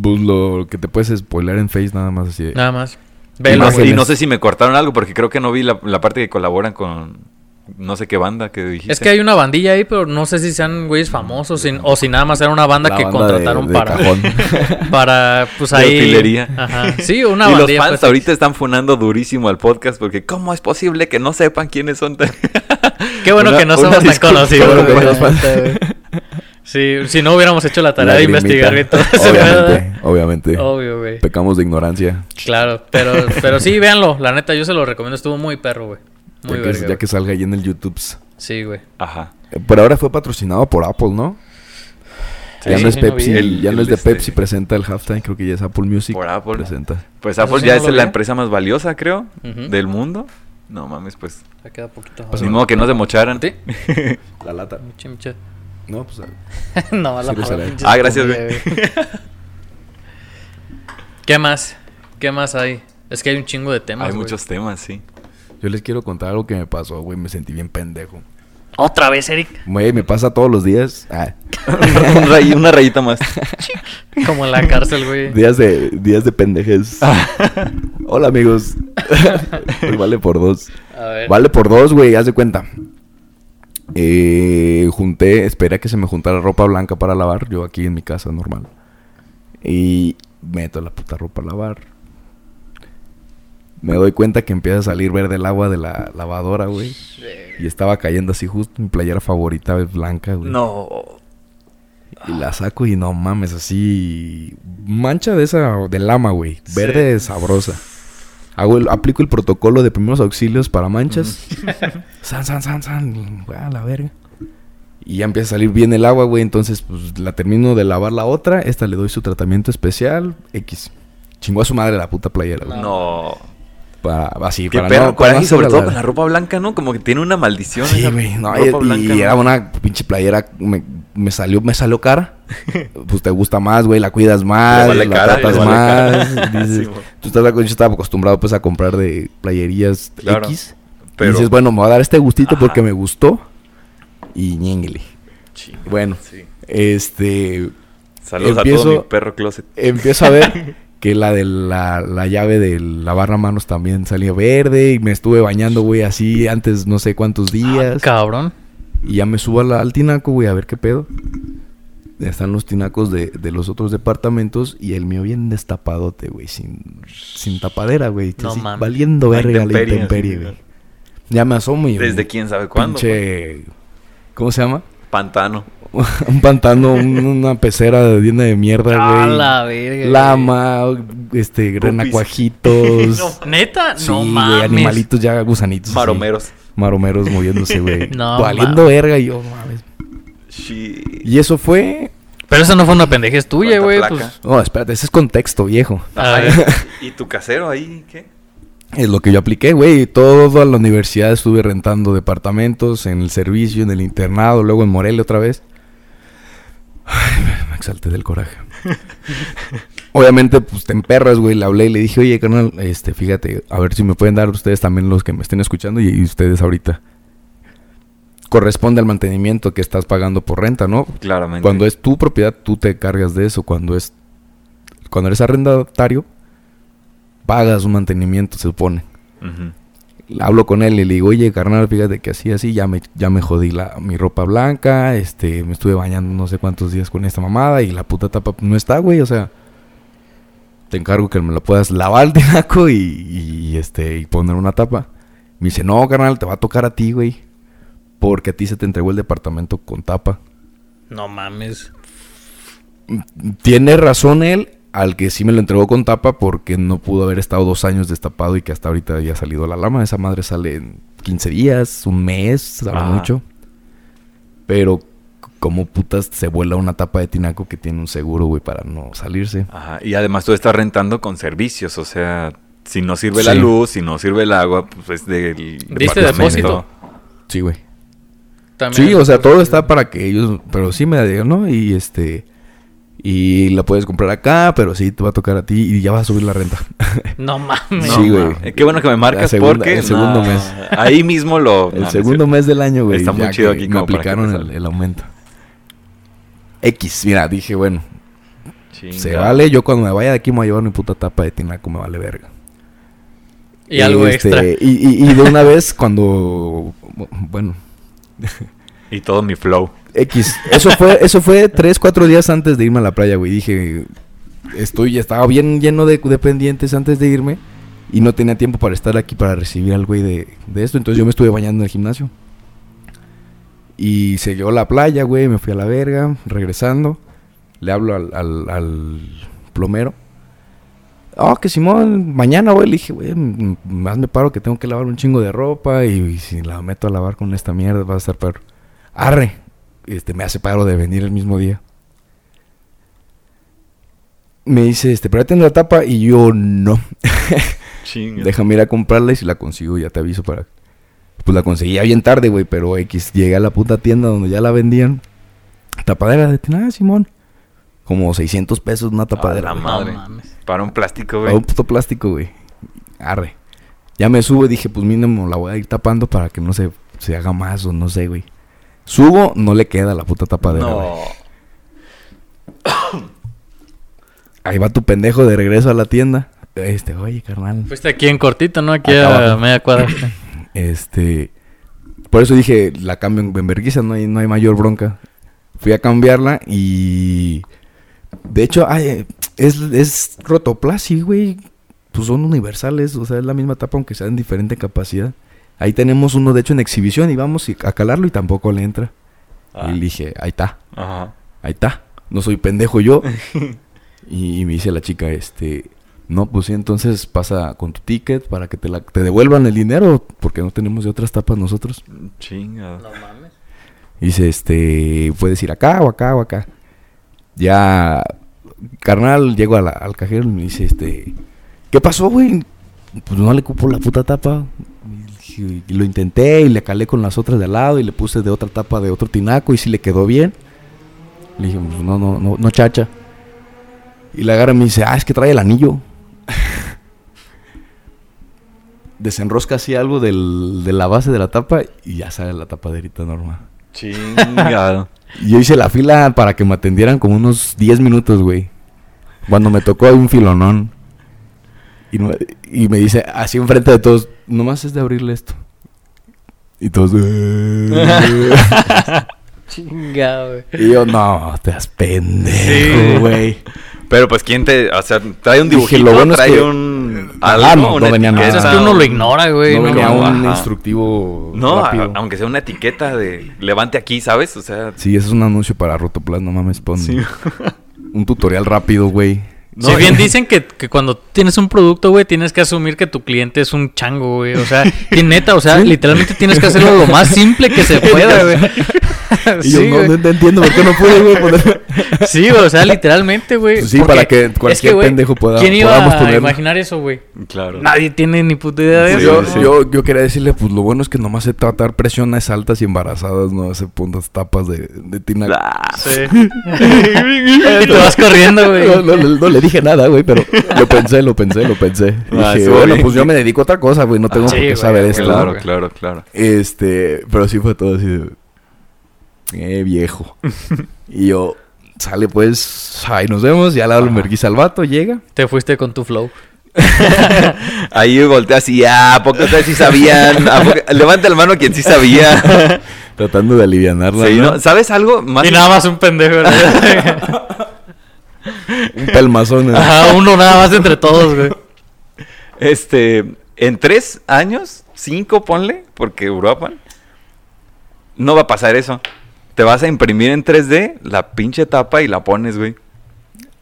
Speaker 1: pues, lo que te puedes spoiler en Face nada más así. de-
Speaker 2: Nada más.
Speaker 3: Y
Speaker 2: Velo,
Speaker 3: no,
Speaker 1: Imágenes.
Speaker 2: güey.
Speaker 3: y no sé si me cortaron algo porque creo que no vi la, la parte que colaboran con no sé qué banda que dijiste.
Speaker 2: Es que hay una bandilla ahí, pero no sé si sean güeyes famosos sin- o si nada más era una banda
Speaker 1: La
Speaker 2: que
Speaker 1: banda de-
Speaker 2: contrataron
Speaker 1: de
Speaker 2: para...
Speaker 1: cajón.
Speaker 2: Para, pues
Speaker 3: De
Speaker 2: ahí...
Speaker 3: utilería.
Speaker 2: Ajá. Sí, una
Speaker 3: y los
Speaker 2: bandilla.
Speaker 3: fans
Speaker 2: pues,
Speaker 3: ahorita están funando durísimo al podcast porque ¿cómo es posible que no sepan quiénes son?
Speaker 2: Qué bueno
Speaker 3: Una-
Speaker 2: que no
Speaker 3: una
Speaker 2: somos tan
Speaker 3: disculpa,
Speaker 2: conocidos.
Speaker 1: bueno,
Speaker 2: güey,
Speaker 1: que
Speaker 2: la
Speaker 1: nos falta.
Speaker 2: neta, güey. Sí, si no hubiéramos hecho la tarea de
Speaker 1: Lagrimita.
Speaker 2: investigar bien todo ese pedo.
Speaker 1: Obviamente, Pues, obviamente.
Speaker 2: Obvio, güey.
Speaker 1: Pecamos de ignorancia.
Speaker 2: Claro, pero, pero sí, véanlo. La neta, yo se lo recomiendo. Estuvo muy perro, güey.
Speaker 1: Ya
Speaker 2: Muy
Speaker 1: que,
Speaker 2: verga.
Speaker 1: ya
Speaker 2: güey.
Speaker 1: que salga ahí en el YouTube. pues, eh,
Speaker 2: Sí, güey.
Speaker 3: Ajá.
Speaker 1: Por ahora fue patrocinado por Apple, ¿no?
Speaker 2: Sí,
Speaker 1: ya no es
Speaker 2: sí, no
Speaker 1: Pepsi,
Speaker 2: vi.
Speaker 3: El-
Speaker 1: ya no es de
Speaker 3: el este-
Speaker 1: Pepsi presenta el halftime, creo que ya es Apple Music.
Speaker 3: Por Apple.
Speaker 1: Presenta.
Speaker 3: Pues
Speaker 2: Eso
Speaker 3: Apple
Speaker 2: sí
Speaker 3: ya
Speaker 2: no
Speaker 3: es
Speaker 2: lo
Speaker 3: la
Speaker 2: vi.
Speaker 3: empresa más valiosa, creo,
Speaker 2: Ujú.
Speaker 3: del mundo. No mames, pues.
Speaker 2: Ya queda poquito.
Speaker 3: Pues ni modo que no se mocharan.
Speaker 2: ¿Sí?
Speaker 1: La lata.
Speaker 2: Mucha, mucha.
Speaker 1: No, pues.
Speaker 2: no,
Speaker 1: Sí,
Speaker 2: la
Speaker 1: pues,
Speaker 2: palabra,
Speaker 1: a ver.
Speaker 2: pinche
Speaker 3: Ah, gracias,
Speaker 2: comida,
Speaker 3: güey.
Speaker 2: ¿Qué más? ¿Qué más hay? Es que hay un chingo de temas.
Speaker 3: Hay
Speaker 2: güey.
Speaker 3: muchos temas, sí.
Speaker 1: Yo les quiero contar algo que me pasó, güey. Me sentí bien pendejo.
Speaker 2: Otra vez, Eric.
Speaker 1: Güey, me pasa todos los días. Ah,
Speaker 3: Un ray- una rayita más.
Speaker 2: Como en la cárcel, güey.
Speaker 1: días de días de pendejes.
Speaker 3: Ah.
Speaker 1: Hola, amigos. Hoy vale por dos.
Speaker 2: A ver.
Speaker 1: Vale por dos, güey, haz de cuenta. Eh, junté, esperé a que se me juntara ropa blanca para lavar, yo aquí en mi casa normal. Y meto la puta ropa a lavar. Me doy cuenta que empieza a salir verde el agua de la lavadora, güey. Y estaba cayendo así justo, mi playera favorita es blanca, güey.
Speaker 3: No.
Speaker 1: Y la saco y no mames, así mancha de esa de lama, güey, verde sabrosa. Hago el, aplico el protocolo de primeros auxilios para manchas. san san san san, güey, a la verga. Y ya empieza a salir bien el agua, güey, entonces pues la termino de lavar la otra, esta le doy su tratamiento especial X. Chingó a su madre la puta playera, güey.
Speaker 3: No.
Speaker 1: Para así
Speaker 3: Qué
Speaker 1: para
Speaker 3: perro
Speaker 1: no- para
Speaker 3: coraje,
Speaker 1: no
Speaker 3: sobre todo
Speaker 1: hacerla-
Speaker 3: con la ropa blanca, ¿no? Como que tiene una maldición.
Speaker 1: Sí,
Speaker 3: esa
Speaker 1: güey. No,
Speaker 3: ropa
Speaker 1: y- y,
Speaker 3: blanca, ¿no?
Speaker 1: era una pinche playera. Me, me salió, me salió cara. Pues te gusta más, güey. La cuidas más,
Speaker 3: Le vale
Speaker 1: la
Speaker 3: cara,
Speaker 1: tratas
Speaker 3: le vale
Speaker 1: más.
Speaker 3: cara.
Speaker 1: dices,
Speaker 3: Sí, güey.
Speaker 1: tú estás yo estaba acostumbrado pues a comprar de playerías
Speaker 3: Claro,
Speaker 1: X. Y
Speaker 3: pero-
Speaker 1: dices, bueno, me va a dar este gustito
Speaker 3: Ajá.
Speaker 1: porque me gustó. Y ñénguele.
Speaker 3: Sí.
Speaker 1: Bueno,
Speaker 3: Sí.
Speaker 1: este.
Speaker 3: Saludos a
Speaker 1: Empiezo-
Speaker 3: todo mi perro closet.
Speaker 1: Empiezo a ver que la de la, la llave de lavar las manos también salió verde. Y me estuve bañando, güey, así antes no sé
Speaker 3: Ah,
Speaker 1: cuántos días.
Speaker 2: Cabrón.
Speaker 1: Y ya me subo a la- al tinaco, güey, a ver qué pedo. Están los tinacos de, de los otros departamentos y el mío bien destapadote, güey. Sin, sin tapadera, güey.
Speaker 2: No
Speaker 1: así,
Speaker 2: mames.
Speaker 1: Valiendo
Speaker 3: La
Speaker 1: verga la
Speaker 3: intemperie,
Speaker 1: intemperie,
Speaker 3: así,
Speaker 1: güey. Ya me asomo y...
Speaker 3: Desde
Speaker 1: un
Speaker 3: quién sabe cuándo. pues.
Speaker 1: Pinche... ¿Cómo se llama?
Speaker 3: Pantano.
Speaker 1: un pantano, un- una pecera de llena de mierda,
Speaker 2: A
Speaker 1: güey.
Speaker 2: la verga. güey.
Speaker 1: Lama, este, renacuajitos.
Speaker 2: No, Neta,
Speaker 1: sí,
Speaker 2: no
Speaker 1: güey,
Speaker 2: mames.
Speaker 1: animalitos ya gusanitos. así,
Speaker 3: Maromeros.
Speaker 1: Maromeros moviéndose, güey.
Speaker 2: No
Speaker 1: Valiendo verga y yo, mames.
Speaker 3: Sí.
Speaker 1: Y eso fue.
Speaker 2: Pero esa no fue una pendejez tuya,
Speaker 3: ¿Cuánta
Speaker 2: güey.
Speaker 3: placa?
Speaker 2: Pues,
Speaker 1: No, espérate, ese es contexto, viejo.
Speaker 2: A
Speaker 3: Ajá,
Speaker 2: ver.
Speaker 3: ¿Y tu casero ahí qué?
Speaker 1: Es lo que yo apliqué, güey. Toda la universidad estuve rentando departamentos, en el servicio, en el internado, luego en Morelia otra vez. Ay, me exalté del coraje. Obviamente, pues te emperras, güey. Le hablé y le dije, oye, carnal, este, fíjate, a ver si me pueden dar ustedes también los que me estén escuchando y, y ustedes ahorita. Corresponde al mantenimiento que estás pagando por renta, ¿no?
Speaker 3: Claramente.
Speaker 1: Cuando es tu propiedad, tú te cargas de eso. Cuando es cuando eres arrendatario, pagas un mantenimiento, se supone.
Speaker 3: Ujú.
Speaker 1: Hablo con él y le digo, oye, carnal, fíjate que así, así, ya me, ya me jodí la, mi ropa blanca, este, me estuve bañando no sé cuántos días con esta mamada y la puta tapa no está, güey, o sea, te encargo que me la puedas lavar, tinaco, y, y, este, y poner una tapa. Me dice, no, carnal, te va a tocar a ti, güey, porque a ti se te entregó el departamento con tapa.
Speaker 2: No mames.
Speaker 1: Tiene razón él, al que sí me lo entregó con tapa porque no pudo haber estado dos años destapado y que hasta ahorita había salido la lama. Esa madre sale en 15 días, un mes, a lo
Speaker 3: Ajá.
Speaker 1: mucho. Pero, como putas se vuela una tapa de tinaco que tiene un seguro, güey, para no salirse?
Speaker 3: Ajá. Y además tú estás rentando con servicios, o sea, si no sirve la
Speaker 1: Sí.
Speaker 3: luz, si no sirve el agua, pues es del
Speaker 2: ¿Diste
Speaker 3: departamento.
Speaker 2: este depósito?
Speaker 1: Sí, güey.
Speaker 2: También-
Speaker 1: Sí, o sea, todo está para que ellos, pero sí me dieron, ¿no? Y este y la puedes comprar acá, pero sí te va a tocar a ti y ya vas a subir la renta.
Speaker 2: No mames.
Speaker 3: No,
Speaker 1: Sí, güey.
Speaker 3: ma. Eh, Qué bueno que me
Speaker 1: La
Speaker 3: marcas
Speaker 1: segunda-
Speaker 3: porque
Speaker 1: el segundo mes.
Speaker 3: Ahí mismo lo
Speaker 1: El
Speaker 3: no, no es
Speaker 1: segundo
Speaker 3: cierto.
Speaker 1: mes del año, güey.
Speaker 3: Está muy
Speaker 1: ya
Speaker 3: chido
Speaker 1: que
Speaker 3: aquí
Speaker 1: Me
Speaker 3: como para que
Speaker 1: aplicaron
Speaker 3: te
Speaker 1: el,
Speaker 3: salga.
Speaker 1: el aumento. X, mira, dije, bueno,
Speaker 3: Chinga.
Speaker 1: se vale. Yo cuando me vaya de aquí me voy a llevar mi puta tapa de tinaco, me vale verga.
Speaker 2: Y algo
Speaker 1: este,
Speaker 2: extra.
Speaker 1: Y, y- y de una vez, cuando. Bueno,
Speaker 3: Y todo mi flow.
Speaker 1: X. Eso fue, eso fue tres, cuatro días antes de irme a la playa, güey. Dije, estoy, ya estaba bien lleno de, de pendientes antes de irme. Y no tenía tiempo para estar aquí para recibir al güey de, de esto. Entonces yo me estuve bañando en el gimnasio. Y se llegó a la playa, güey. Me fui a la verga. Regresando. Le hablo al, al- al plomero. Oh, que Simón, mañana, güey. Le dije, güey, m- más me paro que tengo que lavar un chingo de ropa. Y, si la meto a lavar con esta mierda, va a estar perro. Arre. Este, me hace paro de venir el mismo día. Me dice, este, pero ya tengo la tapa. Y yo, no.
Speaker 3: Chinga.
Speaker 1: Déjame ir a comprarla y si la consigo ya te aviso para... Pues la conseguí ya bien tarde, güey, pero X, llegué a la puta tienda donde ya la vendían. Tapadera de ah, Simón. Como 600 pesos una tapadera.
Speaker 3: A Ah, la
Speaker 1: güey.
Speaker 3: madre.
Speaker 2: No mames.
Speaker 3: Para un plástico,
Speaker 1: Para
Speaker 3: güey.
Speaker 1: un puto plástico, güey. Arre. Ya me subo y dije, pues mínimo la voy a ir tapando para que no se, se haga más o no sé, güey. Subo, no le queda la puta tapadera, güey.
Speaker 3: No.
Speaker 1: Ahí va tu pendejo de regreso a la tienda. Este, oye, carnal.
Speaker 2: Fuiste aquí en cortito, ¿no? Aquí
Speaker 1: Acá
Speaker 2: a
Speaker 1: abajo.
Speaker 2: media cuadra.
Speaker 1: Este. Por eso dije, la cambio en Benverguisa, no hay, no hay mayor bronca. Fui a cambiarla y. De hecho, ay, eh, es, es Rotoplas, sí, güey. Pues son universales, o sea, es la misma tapa, aunque sea en diferente capacidad. Ahí tenemos uno, de hecho, en exhibición y vamos y- a calarlo y tampoco le entra.
Speaker 3: Ah,
Speaker 1: Y dije, ahí está,
Speaker 3: Ajá.
Speaker 1: ahí está. No soy pendejo yo. y, y me dice la chica, este. No, pues sí, entonces pasa con tu ticket para que te, la- te devuelvan el dinero, porque no tenemos de otras tapas nosotros.
Speaker 3: Chinga.
Speaker 2: No mames.
Speaker 1: Dice, este, puedes ir acá o acá o acá. Ya, carnal, llego a la- al cajero y me dice, este, ¿qué pasó, güey? Pues no le cupo la puta tapa. Y dije, y lo intenté y le calé con las otras de al lado y le puse de otra tapa de otro tinaco y sí le quedó bien. Le dije, pues no, no, no, no chacha. Y la agarra y me dice, ah, es que trae el anillo. Desenrosca así algo del- de la base de la tapa y ya sale la tapaderita normal.
Speaker 3: Chingado.
Speaker 1: Y Yo hice la fila para que me atendieran como unos 10 minutos, güey. Cuando me tocó un filonón. Y, no- y me dice, así enfrente de todos, nomás es de abrirle esto. Y todos... "Eh".
Speaker 2: Chinga, güey.
Speaker 1: y yo, no, te das
Speaker 3: Sí.
Speaker 1: pendejo, güey.
Speaker 3: Pero pues quién te, o sea, trae un
Speaker 1: Dije,
Speaker 3: dibujito,
Speaker 1: lo bueno es
Speaker 3: trae
Speaker 1: que-
Speaker 3: un
Speaker 1: Ah, no,
Speaker 3: una
Speaker 1: no venía nada.
Speaker 2: Eso es
Speaker 3: etiqueta,
Speaker 2: que uno
Speaker 3: un-
Speaker 2: lo ignora, güey.
Speaker 1: Ah, no
Speaker 2: no
Speaker 1: venía
Speaker 2: mames.
Speaker 1: un
Speaker 3: ajá.
Speaker 1: instructivo
Speaker 3: No, a-
Speaker 1: rápido.
Speaker 3: aunque sea una etiqueta de levante aquí, ¿sabes? O sea,
Speaker 1: Sí, eso es un anuncio para Rotoplas, no mames, pon
Speaker 3: sí.
Speaker 1: un tutorial rápido, güey.
Speaker 2: si bien
Speaker 3: eh.
Speaker 2: dicen que, que cuando tienes un producto, güey, tienes que asumir que tu cliente es un chango, güey. O sea, y neta, o sea, literalmente tienes que hacerlo lo más simple que se pueda, güey.
Speaker 1: Y yo,
Speaker 2: Sí,
Speaker 1: no,
Speaker 2: güey.
Speaker 1: no te entiendo por qué no pude, güey, poner...
Speaker 2: Sí, güey, o sea, literalmente, güey.
Speaker 1: Pues sí,
Speaker 2: porque
Speaker 1: para que
Speaker 2: es
Speaker 1: cualquier
Speaker 2: güey,
Speaker 1: pendejo pueda-
Speaker 2: ¿Quién iba
Speaker 1: podamos
Speaker 2: a
Speaker 1: ponerlo?
Speaker 2: imaginar eso, güey?
Speaker 3: claro.
Speaker 2: Nadie tiene ni puta idea de
Speaker 3: Sí,
Speaker 2: eso.
Speaker 1: yo,
Speaker 3: sí.
Speaker 1: yo, yo quería decirle, pues lo bueno es que nomás se tratar presiones altas y embarazadas, no se puntas tapas de, de tinaco.
Speaker 3: Ah,
Speaker 2: Sí. y te vas corriendo, güey.
Speaker 1: No, no, no, no le dije nada, güey, pero lo pensé, lo pensé, lo pensé.
Speaker 3: Ah,
Speaker 1: Dije,
Speaker 3: estuvo
Speaker 1: bueno,
Speaker 3: bien.
Speaker 1: pues yo me dedico a otra cosa, güey, no tengo
Speaker 2: Ah,
Speaker 1: por
Speaker 2: sí,
Speaker 1: qué
Speaker 2: güey,
Speaker 1: saber
Speaker 2: güey,
Speaker 1: esto. ¿no?
Speaker 3: Claro,
Speaker 2: güey.
Speaker 3: claro, claro.
Speaker 1: Este, pero sí fue todo así de... Eh, viejo. y yo, sale pues, ahí nos vemos, ya le hablo merguiza al vato, llega.
Speaker 2: Te fuiste con tu flow.
Speaker 3: Ahí volteas y ah, ¿a poco ustedes sí sabían? ¿A poco- Levanta la mano quien sí sabía.
Speaker 1: Tratando de alivianarla,
Speaker 3: Sí,
Speaker 1: ¿no?
Speaker 3: ¿no? ¿Sabes algo? Más
Speaker 2: Y nada más un pendejo. ¿verdad?
Speaker 1: Un pelmazón. ¿no?
Speaker 2: Ajá, uno nada más entre todos, güey.
Speaker 3: Este, en tres años, cinco ponle, porque Europa, no va a pasar eso. Te vas a imprimir en 3D la pinche tapa y la pones, güey.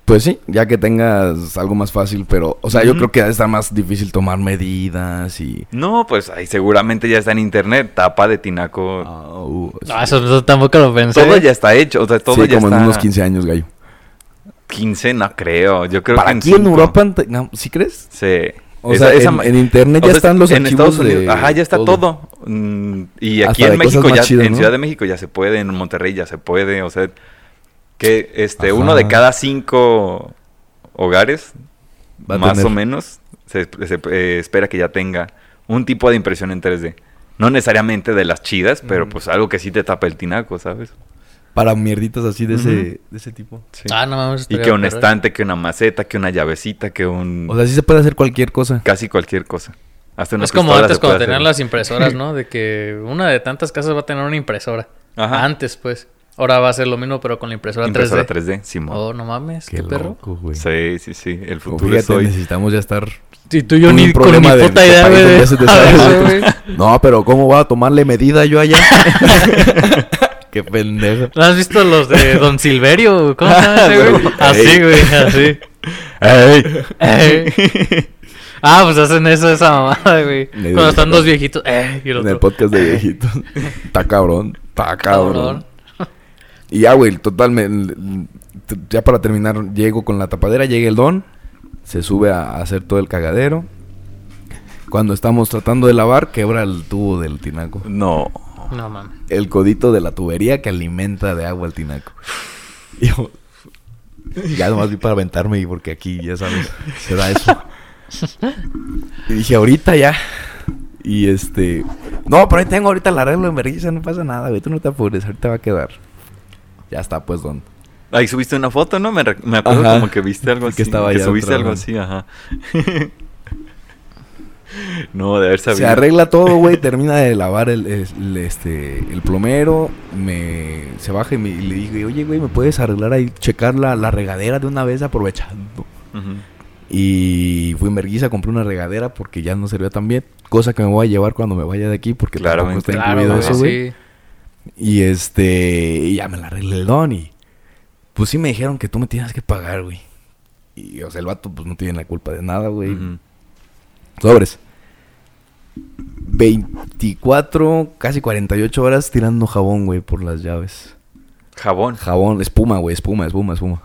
Speaker 1: Pues sí, ya que tengas algo más fácil, pero, o sea, yo creo que está más difícil tomar medidas y...
Speaker 3: No, pues ahí seguramente ya está en internet, tapa de tinaco.
Speaker 1: Ah, Au, uh, sí.
Speaker 2: No, eso, eso tampoco lo pensé.
Speaker 3: Todo ya está hecho, o sea, Ah, uh, todo
Speaker 1: Sí,
Speaker 3: ya
Speaker 1: como
Speaker 3: está.
Speaker 1: en unos 15 años, gallo.
Speaker 3: 15, no creo, yo creo
Speaker 1: Para
Speaker 3: que
Speaker 1: aquí en
Speaker 3: cinco.
Speaker 1: Europa, ante- no, ¿sí crees?
Speaker 3: Sí.
Speaker 1: O sea,
Speaker 3: Esa- esa
Speaker 1: en,
Speaker 3: ma-
Speaker 1: en internet ya
Speaker 3: O sea,
Speaker 1: están los
Speaker 3: en
Speaker 1: archivos
Speaker 3: Estados Unidos,
Speaker 1: de
Speaker 3: ajá, ya está todo. Mm, Y aquí
Speaker 1: Hasta de
Speaker 3: en
Speaker 1: cosas
Speaker 3: México
Speaker 1: más
Speaker 3: ya,
Speaker 1: chidas,
Speaker 3: en
Speaker 1: ¿no?
Speaker 3: Ciudad de México ya se puede, en Monterrey ya se puede, o sea, que este
Speaker 1: Ajá.
Speaker 3: uno de cada cinco hogares,
Speaker 1: Va a
Speaker 3: más
Speaker 1: tener.
Speaker 3: o menos, se, se, eh, espera que ya tenga un tipo de impresión en 3D. No necesariamente de las chidas, pero
Speaker 2: Mm.
Speaker 3: pues algo que sí te tapa el tinaco, ¿sabes?
Speaker 1: para mierditas así de ese
Speaker 3: Ujú.
Speaker 1: de ese tipo.
Speaker 3: Sí.
Speaker 2: Ah, no mames.
Speaker 3: y
Speaker 2: estaría
Speaker 3: que un
Speaker 2: perro, eh.
Speaker 3: estante, que una maceta, que una llavecita, que un...
Speaker 1: O sea, sí se puede hacer cualquier cosa.
Speaker 3: casi cualquier cosa. Hasta una
Speaker 2: Es como
Speaker 3: pistola
Speaker 2: antes
Speaker 3: se puede
Speaker 2: cuando tenían
Speaker 3: hacer.
Speaker 2: las impresoras, ¿no? De que una de tantas casas va a tener una impresora.
Speaker 3: Ajá.
Speaker 2: Antes, pues. Ahora va a ser lo mismo, pero con la impresora,
Speaker 3: Impresora
Speaker 2: 3D.
Speaker 3: 3D, Simón.
Speaker 2: Oh, no mames, qué, perro.
Speaker 1: loco, güey.
Speaker 3: ¿Este Sí, pues sí, sí. El
Speaker 1: Como
Speaker 3: futuro es
Speaker 1: fíjate,
Speaker 3: hoy.
Speaker 1: necesitamos ya estar
Speaker 2: Y tú y yo
Speaker 1: con
Speaker 2: ni
Speaker 1: un
Speaker 2: con mi
Speaker 1: problema de-
Speaker 2: puta
Speaker 1: de
Speaker 2: idea,
Speaker 1: país donde
Speaker 2: güey.
Speaker 1: ya se te
Speaker 2: A
Speaker 1: sabe
Speaker 2: ver,
Speaker 1: todo.
Speaker 2: güey.
Speaker 1: No, pero ¿cómo voy a tomarle medida yo allá? Qué pendejo.
Speaker 2: ¿No has visto los de Don Silverio? güey? ¿Cómo se llama ese, güey?
Speaker 3: Huevo.
Speaker 2: Así,
Speaker 3: Ey.
Speaker 2: güey, así.
Speaker 3: ¡Ey!
Speaker 2: Ey. Ah, pues hacen eso, esa mamada, güey.
Speaker 1: Me dio
Speaker 2: Cuando están
Speaker 1: risa.
Speaker 2: dos viejitos. Eh, y el
Speaker 1: En el
Speaker 2: otro.
Speaker 1: podcast de viejitos. Está cabrón. Está cabrón.
Speaker 2: Cabrón.
Speaker 1: Y ya, güey, total, me- l- l- t- ya para terminar, llego con la tapadera, llega el don, se sube a, a hacer todo el cagadero. Cuando estamos tratando de lavar, quebra el tubo del tinaco.
Speaker 3: No.
Speaker 2: No mames.
Speaker 1: El codito de la tubería que alimenta de agua el tinaco. Y yo, ya nomás vi para aventarme y porque aquí, ya sabes, se da eso. Y dije, ahorita ya. Y este... No, pero ahí tengo ahorita el arreglo en vergüenza, no pasa nada, güey, tú no te apures, ahorita va a quedar. Ya está, pues, don.
Speaker 3: Ahí subiste una foto, ¿no? Me, re- me acuerdo
Speaker 1: Ajá.
Speaker 3: como que viste algo
Speaker 1: Que
Speaker 3: así. Que,
Speaker 1: estaba ya
Speaker 3: subiste algo
Speaker 1: trabajando.
Speaker 3: así, ajá. no, de haber sabido.
Speaker 1: Se arregla todo, güey. Termina de lavar el, el- este, el plomero. Me, se baja y, me- y le digo, oye, güey, ¿me puedes arreglar ahí? Checar la, la regadera de una vez aprovechando.
Speaker 3: Ujú.
Speaker 1: Y fui en vergüenza, compré una regadera porque ya no servía tan bien. Cosa que me voy a llevar cuando me vaya de aquí porque tampoco está
Speaker 3: Claramente.
Speaker 2: Claro,
Speaker 1: incluido
Speaker 2: güey,
Speaker 1: eso, güey.
Speaker 2: sí.
Speaker 1: Y este, y ya me la arreglé el don y... Pues sí me dijeron que tú me tienes que pagar, güey. Y, o sea, el vato pues no tiene la culpa de nada, güey.
Speaker 3: Ujú.
Speaker 1: Sobres. 24, casi 48 horas tirando jabón, güey, por las llaves.
Speaker 3: Jabón.
Speaker 1: Jabón, espuma, güey, espuma, espuma, espuma.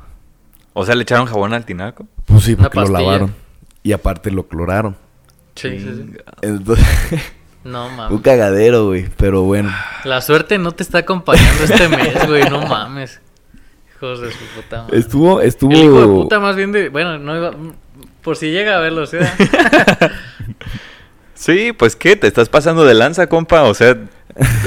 Speaker 3: O sea, le echaron jabón al tinaco.
Speaker 1: Pues sí,
Speaker 2: Una
Speaker 1: porque lo
Speaker 2: pastilla.
Speaker 1: lavaron. Y aparte lo cloraron.
Speaker 2: Sí, sí, sí.
Speaker 1: Entonces,
Speaker 2: No
Speaker 1: un
Speaker 2: mames.
Speaker 1: cagadero, güey. Pero bueno,
Speaker 2: La suerte no te está acompañando este mes, güey. No mames. Hijos de su puta madre.
Speaker 1: estuvo, estuvo.
Speaker 2: El hijo de puta más bien de... Bueno, no iba... Por si llega a verlo, o sea...
Speaker 3: Sí, pues ¿qué? Te estás pasando de lanza, compa. O sea,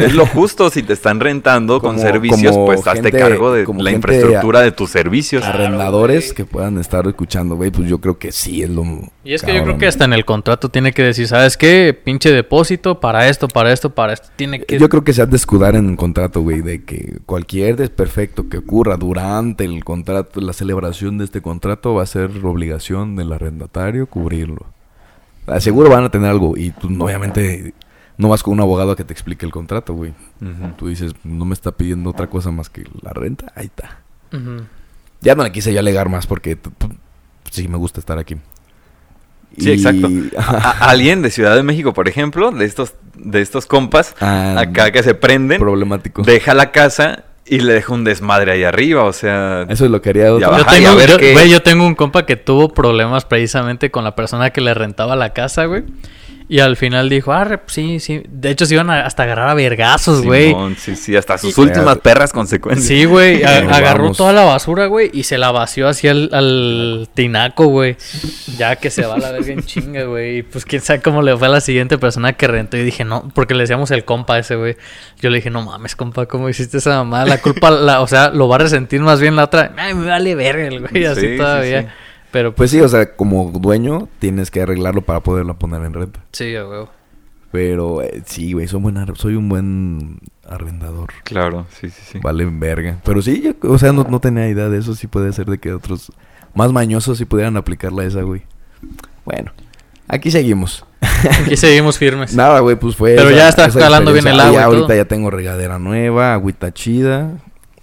Speaker 3: es lo justo. si te están rentando con
Speaker 1: Como-
Speaker 3: servicios,
Speaker 1: como
Speaker 3: pues hazte
Speaker 1: gente-
Speaker 3: cargo de
Speaker 1: como
Speaker 3: la
Speaker 1: gente
Speaker 3: infraestructura de tus servicios.
Speaker 1: Arrendadores
Speaker 2: güey.
Speaker 1: que puedan estar escuchando, güey, pues yo creo que sí es lo.
Speaker 2: Y es que yo creo
Speaker 1: cabrón.
Speaker 2: que hasta en el contrato tiene que decir, ¿sabes qué? Pinche depósito para esto, para esto, para esto. Tiene que...
Speaker 1: Eh, Yo creo que se ha de escudar en un contrato, güey, de que cualquier desperfecto que ocurra durante el contrato, la celebración de este contrato, va a ser obligación del arrendatario cubrirlo. Ah, Seguro van a tener algo y tú, obviamente, no vas con un abogado a que te explique el contrato, güey.
Speaker 3: Ujú.
Speaker 1: Tú dices, no me está pidiendo otra cosa más que la renta, ahí está.
Speaker 2: Ujú.
Speaker 1: Ya no le quise yo alegar más porque t- t- sí me gusta estar aquí.
Speaker 3: Sí,
Speaker 1: Y-
Speaker 3: exacto. A- a- alguien de Ciudad de México, por ejemplo, de estos, de estos compas,
Speaker 1: Ah,
Speaker 3: acá que este se prenden,
Speaker 1: problemático.
Speaker 3: deja la casa y le deja un desmadre ahí arriba, o sea...
Speaker 1: Eso es lo que haría otro.
Speaker 2: Yo
Speaker 3: Ajá, y a
Speaker 2: tengo,
Speaker 3: ver
Speaker 2: yo-
Speaker 3: qué-
Speaker 2: güey, yo tengo un compa que tuvo problemas precisamente con la persona que le rentaba la casa, güey. Y al final dijo, ah, sí, sí. De hecho, se iban a- hasta a agarrar a vergazos, güey.
Speaker 3: Simón, sí, sí, hasta sus
Speaker 1: Y-
Speaker 3: últimas perras consecuencias.
Speaker 2: Sí, güey. a-
Speaker 1: Nos
Speaker 2: agarró
Speaker 1: vamos.
Speaker 2: toda la basura, güey, y se la vació hacia el al tinaco, güey. Ya que se va a la verga en chinga, güey. Y pues quién sabe cómo le fue a la siguiente persona que rentó. Y dije, no, porque le decíamos el compa a ese, güey. Yo le dije, no mames, compa, ¿cómo hiciste esa mamada? La culpa, la, o sea, lo va a resentir más bien la otra. Ay, me vale verga el güey,
Speaker 3: Sí,
Speaker 2: así
Speaker 3: sí,
Speaker 2: todavía.
Speaker 3: sí.
Speaker 2: Pero
Speaker 1: Pues
Speaker 2: pues
Speaker 1: sí, o sea, como dueño tienes que arreglarlo para poderlo poner en renta.
Speaker 2: sí, güey.
Speaker 1: Pero eh, sí, güey, soy, buen ar- soy un buen arrendador.
Speaker 3: Claro, sí, sí, sí.
Speaker 1: Vale, verga. Pero sí, yo- o sea, no, no tenía idea de eso. Sí puede ser de que otros más mañosos sí pudieran aplicarla a esa, güey. Bueno, aquí seguimos.
Speaker 2: Aquí seguimos firmes.
Speaker 1: Nada, güey, pues fue.
Speaker 2: Pero
Speaker 1: esa-
Speaker 2: ya está
Speaker 1: esa
Speaker 2: jalando bien
Speaker 1: experiencia.
Speaker 2: el agua
Speaker 1: Ah, ya
Speaker 2: y todo.
Speaker 1: ahorita ya tengo regadera nueva, agüita chida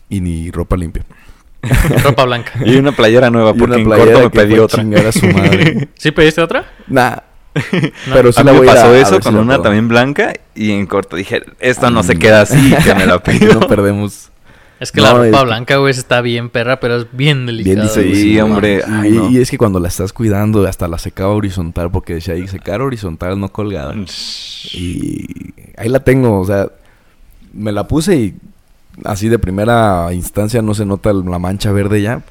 Speaker 1: y ni ropa limpia.
Speaker 2: Ropa blanca.
Speaker 3: Y una playera nueva,
Speaker 1: Y
Speaker 3: porque
Speaker 1: una
Speaker 3: en
Speaker 1: playera
Speaker 3: corto me
Speaker 1: que
Speaker 3: pedí
Speaker 1: fue a
Speaker 3: otra.
Speaker 1: chingar a su madre.
Speaker 2: ¿Sí pediste otra?
Speaker 1: Nah.
Speaker 2: No.
Speaker 1: Pero sí
Speaker 3: a
Speaker 1: la
Speaker 3: mí me
Speaker 1: voy a ir a-
Speaker 3: pasó
Speaker 1: a
Speaker 3: eso
Speaker 1: ver si
Speaker 3: con
Speaker 1: la
Speaker 3: una
Speaker 1: puedo.
Speaker 3: también blanca y en corto dije, esto no
Speaker 1: Mm.
Speaker 3: se queda así, que me la
Speaker 1: Aquí
Speaker 3: pido.
Speaker 1: no perdemos.
Speaker 2: Es que
Speaker 1: No,
Speaker 2: la ropa
Speaker 1: es-
Speaker 2: blanca, güey, está bien perra, pero es
Speaker 1: Bien
Speaker 2: bien delicada.
Speaker 1: diseñado.
Speaker 2: güey.
Speaker 3: Sí, hombre,
Speaker 1: Y,
Speaker 3: ay, no.
Speaker 1: y es que cuando la estás cuidando, hasta la secaba horizontal, porque decía ahí secar horizontal, no colgada. Y eh, ahí la tengo, o sea, me la puse y así de primera instancia no se nota la mancha verde ya,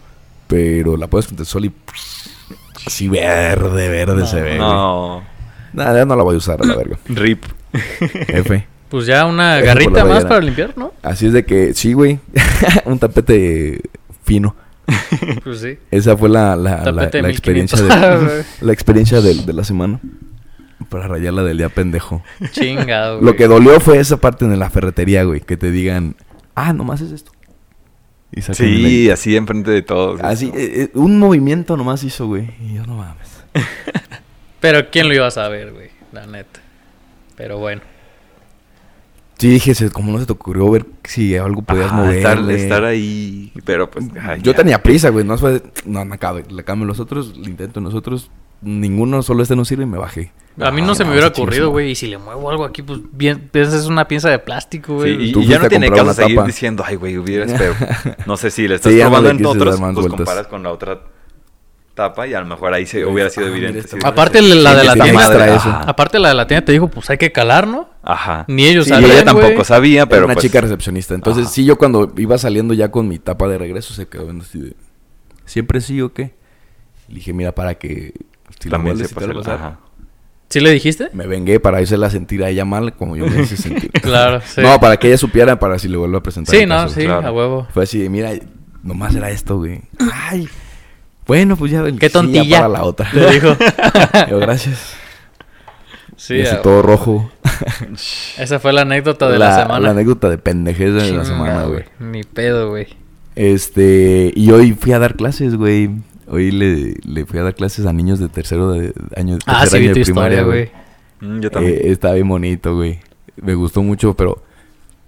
Speaker 1: pero la puedes contra el sol y así verde, verde se ve. güey.
Speaker 3: No.
Speaker 1: Nada, ya no la voy a usar a la verga.
Speaker 3: Rip.
Speaker 1: F.
Speaker 2: Pues ya una
Speaker 1: Eso por la
Speaker 2: garrita más
Speaker 1: mañana.
Speaker 2: para limpiar, ¿no?
Speaker 1: Así es de que, sí, güey, un tapete fino.
Speaker 2: Pues sí.
Speaker 1: Esa fue la, la- la-
Speaker 2: Tapete de
Speaker 1: la
Speaker 2: 1500.
Speaker 1: experiencia de, la experiencia del- de, la semana. Para rayarla del día pendejo.
Speaker 2: Chingado, güey.
Speaker 1: Lo que dolió fue esa parte en la ferretería, güey. Que te digan, ah, nomás es esto. Y sacan el-
Speaker 3: Sí, así enfrente de todos.
Speaker 1: Así, eh, eh, un movimiento nomás hizo, güey. Y yo no mames.
Speaker 2: Pero ¿quién lo iba a saber, güey? La neta. Pero bueno.
Speaker 1: Sí, dije, se- como no se te ocurrió ver si algo podías
Speaker 3: Ajá,
Speaker 1: mover.
Speaker 3: Ah, Estar,
Speaker 1: güey?
Speaker 3: estar ahí. Pero pues. ay,
Speaker 1: Yo
Speaker 3: ya.
Speaker 1: tenía prisa, güey. No fue, no, no cabe. Le cambio los otros, le intento nosotros. Ninguno, solo este no sirve y me bajé.
Speaker 2: A mí no,
Speaker 1: Ah,
Speaker 2: se me hubiera
Speaker 1: chingue su
Speaker 2: ocurrido,
Speaker 1: madre.
Speaker 2: güey. Y si le muevo algo aquí, pues bien, piensas es una pieza de plástico,
Speaker 3: Sí,
Speaker 2: güey.
Speaker 3: y,
Speaker 1: Tú
Speaker 3: y
Speaker 1: fuiste
Speaker 3: ya no
Speaker 1: a
Speaker 3: tiene
Speaker 1: comprar
Speaker 3: caso
Speaker 1: una
Speaker 3: seguir
Speaker 1: tapa.
Speaker 3: diciendo, ay, güey, hubieras, pero no sé si le estás
Speaker 1: Sí, ya no
Speaker 3: probando
Speaker 1: le
Speaker 3: en
Speaker 1: quise
Speaker 3: otros,
Speaker 1: dar más
Speaker 3: pues
Speaker 1: vueltas.
Speaker 3: comparas con la otra tapa y a lo mejor ahí se hubiera sido
Speaker 1: Ah, mira,
Speaker 3: evidente.
Speaker 1: esta
Speaker 3: sí.
Speaker 1: madre.
Speaker 2: Aparte la
Speaker 1: Sí,
Speaker 2: de la
Speaker 1: que te
Speaker 2: tienda.
Speaker 1: muestra
Speaker 2: ajá.
Speaker 1: eso.
Speaker 2: Aparte la de la tienda te dijo, pues hay que calar, ¿no?
Speaker 3: Ajá.
Speaker 2: Ni ellos
Speaker 3: Sí,
Speaker 2: sabían,
Speaker 3: ella tampoco
Speaker 2: güey.
Speaker 3: sabía,
Speaker 1: Era
Speaker 3: pero
Speaker 1: una
Speaker 3: pues,
Speaker 1: chica recepcionista. Entonces,
Speaker 3: Ajá.
Speaker 1: sí, yo cuando iba saliendo ya con mi tapa de regreso, se quedó viendo así de... ¿Siempre sí o qué? Le dije, mira, para que... Si la
Speaker 3: también
Speaker 1: vuelves y te
Speaker 3: se pasó.
Speaker 1: vuelve a pasar,
Speaker 3: Ajá.
Speaker 2: ¿Sí le dijiste?
Speaker 1: Me vengué para hacerla sentir a ella mal, como yo me hice sentir.
Speaker 2: Claro, sí.
Speaker 1: No, para que ella supiera, para si le vuelvo a presentar.
Speaker 2: Sí,
Speaker 1: el
Speaker 2: no,
Speaker 1: caso.
Speaker 2: sí,
Speaker 3: claro.
Speaker 2: a huevo.
Speaker 1: Fue así de, mira, nomás era esto, güey. Ay, bueno, pues ya...
Speaker 2: Qué
Speaker 1: sí, ya
Speaker 2: tontilla.
Speaker 1: para la otra.
Speaker 2: Le dijo.
Speaker 1: Yo, gracias.
Speaker 2: Sí,
Speaker 1: y así
Speaker 2: a-
Speaker 1: todo rojo.
Speaker 2: esa fue la anécdota de la, semana.
Speaker 1: anécdota de pendejez de la semana,
Speaker 2: Chinga,
Speaker 1: güey.
Speaker 2: Ni pedo, güey.
Speaker 1: Este, y hoy fui a dar clases, güey. Hoy le, le fui a dar clases a niños de tercero de año,
Speaker 2: Ah,
Speaker 1: tercer
Speaker 2: sí,
Speaker 1: año
Speaker 2: vi
Speaker 1: de
Speaker 2: tu historia, güey.
Speaker 3: Mm, Yo también.
Speaker 1: Eh, está bien bonito, güey. Me gustó mucho, pero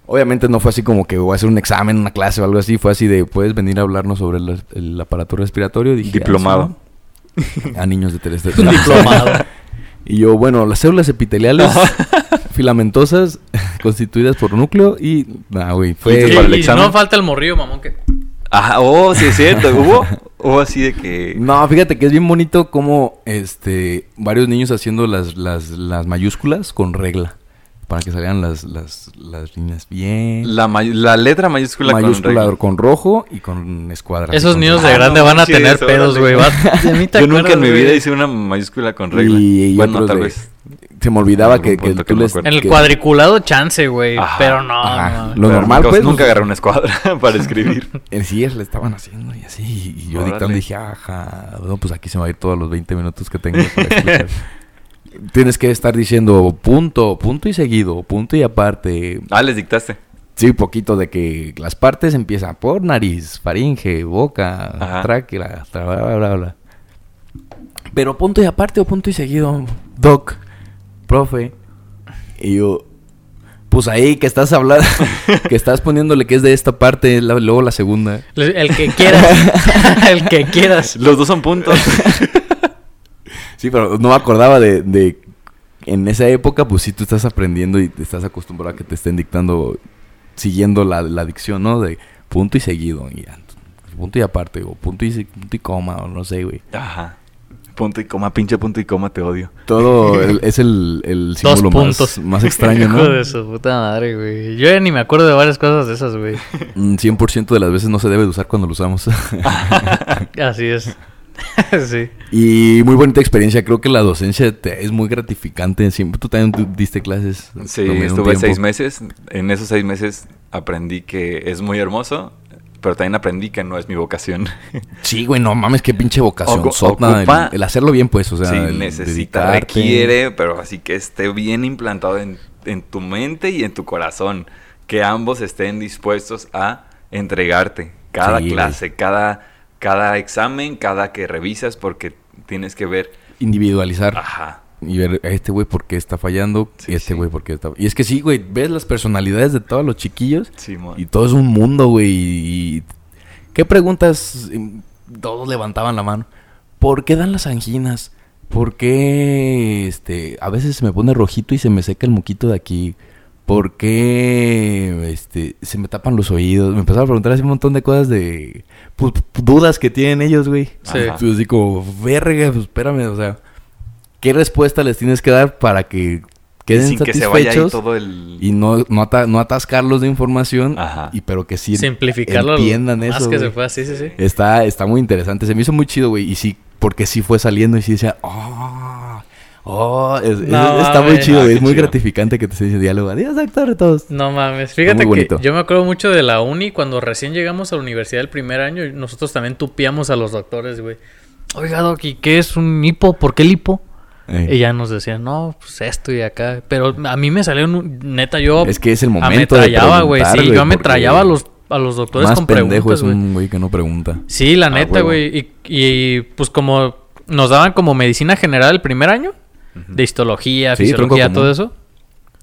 Speaker 1: obviamente no fue así como que voy a hacer un examen, una clase o algo así. Fue así de, puedes venir a hablarnos sobre el, el aparato respiratorio. Dije,
Speaker 3: Diplomado.
Speaker 1: "Ah, sí, ¿no?". A niños de tercer
Speaker 2: Un diplomado.
Speaker 1: Y yo, bueno, las células epiteliales filamentosas constituidas por núcleo y... Nah, güey, fue...
Speaker 3: Entonces, para el
Speaker 2: Y- y
Speaker 3: examen.
Speaker 2: no falta el morrillo, mamón, que...
Speaker 3: Ajá, oh, sí es cierto. ¿Hubo? Hubo así de que.
Speaker 1: No, fíjate que es bien bonito como este varios niños haciendo las, las, las mayúsculas con regla. Para que salgan las, las, las líneas bien.
Speaker 3: La, may- la letra mayúscula,
Speaker 1: mayúscula
Speaker 3: con
Speaker 1: con, rojo y con escuadra.
Speaker 2: Esos
Speaker 1: con
Speaker 2: niños de
Speaker 1: regla.
Speaker 3: Ah,
Speaker 2: grande
Speaker 3: no
Speaker 2: van a
Speaker 3: manches,
Speaker 2: tener
Speaker 3: órale.
Speaker 2: pedos, güey. vas- de mí te
Speaker 3: regla. Yo nunca en mi
Speaker 2: acuerdas, güey.
Speaker 3: vida hice una mayúscula con regla.
Speaker 1: Y, y
Speaker 3: bueno,
Speaker 1: otros
Speaker 3: tal
Speaker 1: de-
Speaker 3: vez.
Speaker 1: Se me olvidaba
Speaker 3: Algún
Speaker 1: que, que
Speaker 3: punto
Speaker 1: tú
Speaker 3: que no
Speaker 1: les...
Speaker 3: me acuerdo.
Speaker 2: En el
Speaker 1: que-
Speaker 2: cuadriculado, chance, güey.
Speaker 3: Ajá,
Speaker 2: Pero no,
Speaker 1: ajá. Lo
Speaker 2: no.
Speaker 3: Pero
Speaker 1: normal,
Speaker 3: nunca-
Speaker 1: pues,
Speaker 3: Nunca
Speaker 1: pues-
Speaker 3: agarré una escuadra para escribir.
Speaker 1: En sí le estaban haciendo y así. Y yo
Speaker 3: Órale.
Speaker 1: dictando dije, ajá, no, pues aquí se me va a ir todos los 20 minutos que tengo para explicar. Tienes que estar diciendo punto, punto y seguido, punto y aparte,
Speaker 3: Ah, les dictaste.
Speaker 1: Sí, poquito de que las partes empiezan por nariz, faringe, boca,
Speaker 3: Ajá.
Speaker 1: tráquea, tra- bla, bla, bla, bla. Pero punto y aparte o punto y seguido, doc, profe. Y yo, pues ahí que estás hablando, que estás poniéndole que es de esta parte, la- luego la segunda.
Speaker 2: Le- El que quieras. el que quieras.
Speaker 3: Los dos son puntos.
Speaker 1: Sí, pero no me acordaba de, de- En esa época, pues sí, tú estás aprendiendo y te estás acostumbrado a que te estén dictando, siguiendo la, la dicción, ¿no? De punto y seguido, y ya, punto y aparte, o punto y, se- punto y coma, o no sé, güey.
Speaker 3: Ajá. Punto y coma, pinche punto y coma, te odio.
Speaker 1: Todo el- es el, el
Speaker 2: Dos
Speaker 1: símbolo más,
Speaker 2: puntos.
Speaker 1: más extraño, ¿no?
Speaker 2: Hijo de su puta madre, güey. Yo ya ni me acuerdo de varias cosas de esas, güey.
Speaker 1: Mm, 100% de las veces no se debe de usar cuando lo usamos.
Speaker 2: Ah. Así es. sí.
Speaker 1: y muy bonita experiencia. Creo que la docencia te- es muy gratificante. Siempre tú también tú diste clases.
Speaker 3: Sí,
Speaker 1: también un
Speaker 3: estuve seis
Speaker 1: tiempo.
Speaker 3: meses. En esos seis meses aprendí que es muy hermoso, pero también aprendí que no es mi vocación.
Speaker 1: Sí, güey, no mames, qué pinche vocación.
Speaker 3: Ocu-
Speaker 1: sota, el-
Speaker 3: ocupa-
Speaker 1: el, hacerlo bien, pues, o sea.
Speaker 3: sí,
Speaker 1: el
Speaker 3: necesita,
Speaker 1: dedicarte.
Speaker 3: requiere, pero así que esté bien implantado en, en tu mente y en tu corazón. Que ambos estén dispuestos a entregarte cada
Speaker 1: Sí, güey.
Speaker 3: clase, cada, cada examen, cada que revisas, porque tienes que ver.
Speaker 1: Individualizar
Speaker 3: Ajá.
Speaker 1: y ver a este güey por qué está fallando
Speaker 3: Ah. Sí,
Speaker 1: y este
Speaker 3: sí.
Speaker 1: güey por qué está. Y es que sí, güey, ves las personalidades de todos los chiquillos
Speaker 3: Simón.
Speaker 1: y todo es un mundo, güey. Y ¿Qué preguntas? Em, Todos levantaban la mano. ¿Por qué dan las anginas? ¿Por qué este, a veces se me pone rojito y se me seca el moquito de aquí? ¿por qué este, se me tapan los oídos? Me empezaron a preguntar así un montón de cosas de pues, dudas que tienen ellos, güey.
Speaker 2: Sí.
Speaker 3: Ah.
Speaker 1: Ajá. Pues, así como, verga, pues espérame, o sea, ¿qué respuesta les tienes que dar para que queden
Speaker 3: sin que se vaya ahí
Speaker 1: satisfechos?
Speaker 3: todo el...
Speaker 1: Y no, no, ata- no atascarlos de información,
Speaker 3: Ajá.
Speaker 1: y pero que sí
Speaker 2: Simplificarlo.
Speaker 1: entiendan
Speaker 2: lo
Speaker 1: eso.
Speaker 2: Más que se
Speaker 1: güey.
Speaker 2: pueda, sí, sí, sí.
Speaker 1: Está, está muy interesante. Se me hizo muy chido, güey. Y sí, porque sí fue saliendo y sí decía, oh, oh. Es- es-
Speaker 2: No,
Speaker 1: está muy
Speaker 2: mames.
Speaker 1: chido,
Speaker 3: Ah,
Speaker 1: güey.
Speaker 3: qué
Speaker 1: Es muy
Speaker 3: chido.
Speaker 1: gratificante que te esté diciendo diálogo. Adiós, actor, todos.
Speaker 2: No mames, fíjate
Speaker 1: muy
Speaker 2: que
Speaker 1: bonito.
Speaker 2: yo me acuerdo mucho de la uni cuando recién llegamos a la universidad el primer año, y nosotros también tupiamos a los doctores, güey. Oiga, Doc, ¿y qué es un hipo? ¿Por qué el hipo?
Speaker 1: Eh.
Speaker 2: Y ya nos decían, no, pues esto y acá. Pero a mí me salieron, un- neta, yo
Speaker 1: Es que es el momento de
Speaker 2: ametrallaba, güey.
Speaker 1: preguntar,
Speaker 2: Sí,
Speaker 1: güey,
Speaker 2: yo ametrallaba a
Speaker 1: porque
Speaker 2: los, a los doctores
Speaker 1: Más
Speaker 2: con
Speaker 1: pendejo
Speaker 2: preguntas,
Speaker 1: es
Speaker 2: güey.
Speaker 1: un güey que no pregunta.
Speaker 2: Sí, la neta,
Speaker 1: Ah, huevo.
Speaker 2: güey. Y, y, pues como nos daban como medicina general el primer año, de histología,
Speaker 1: Sí, tronco
Speaker 2: fisiología,
Speaker 1: común.
Speaker 2: todo eso.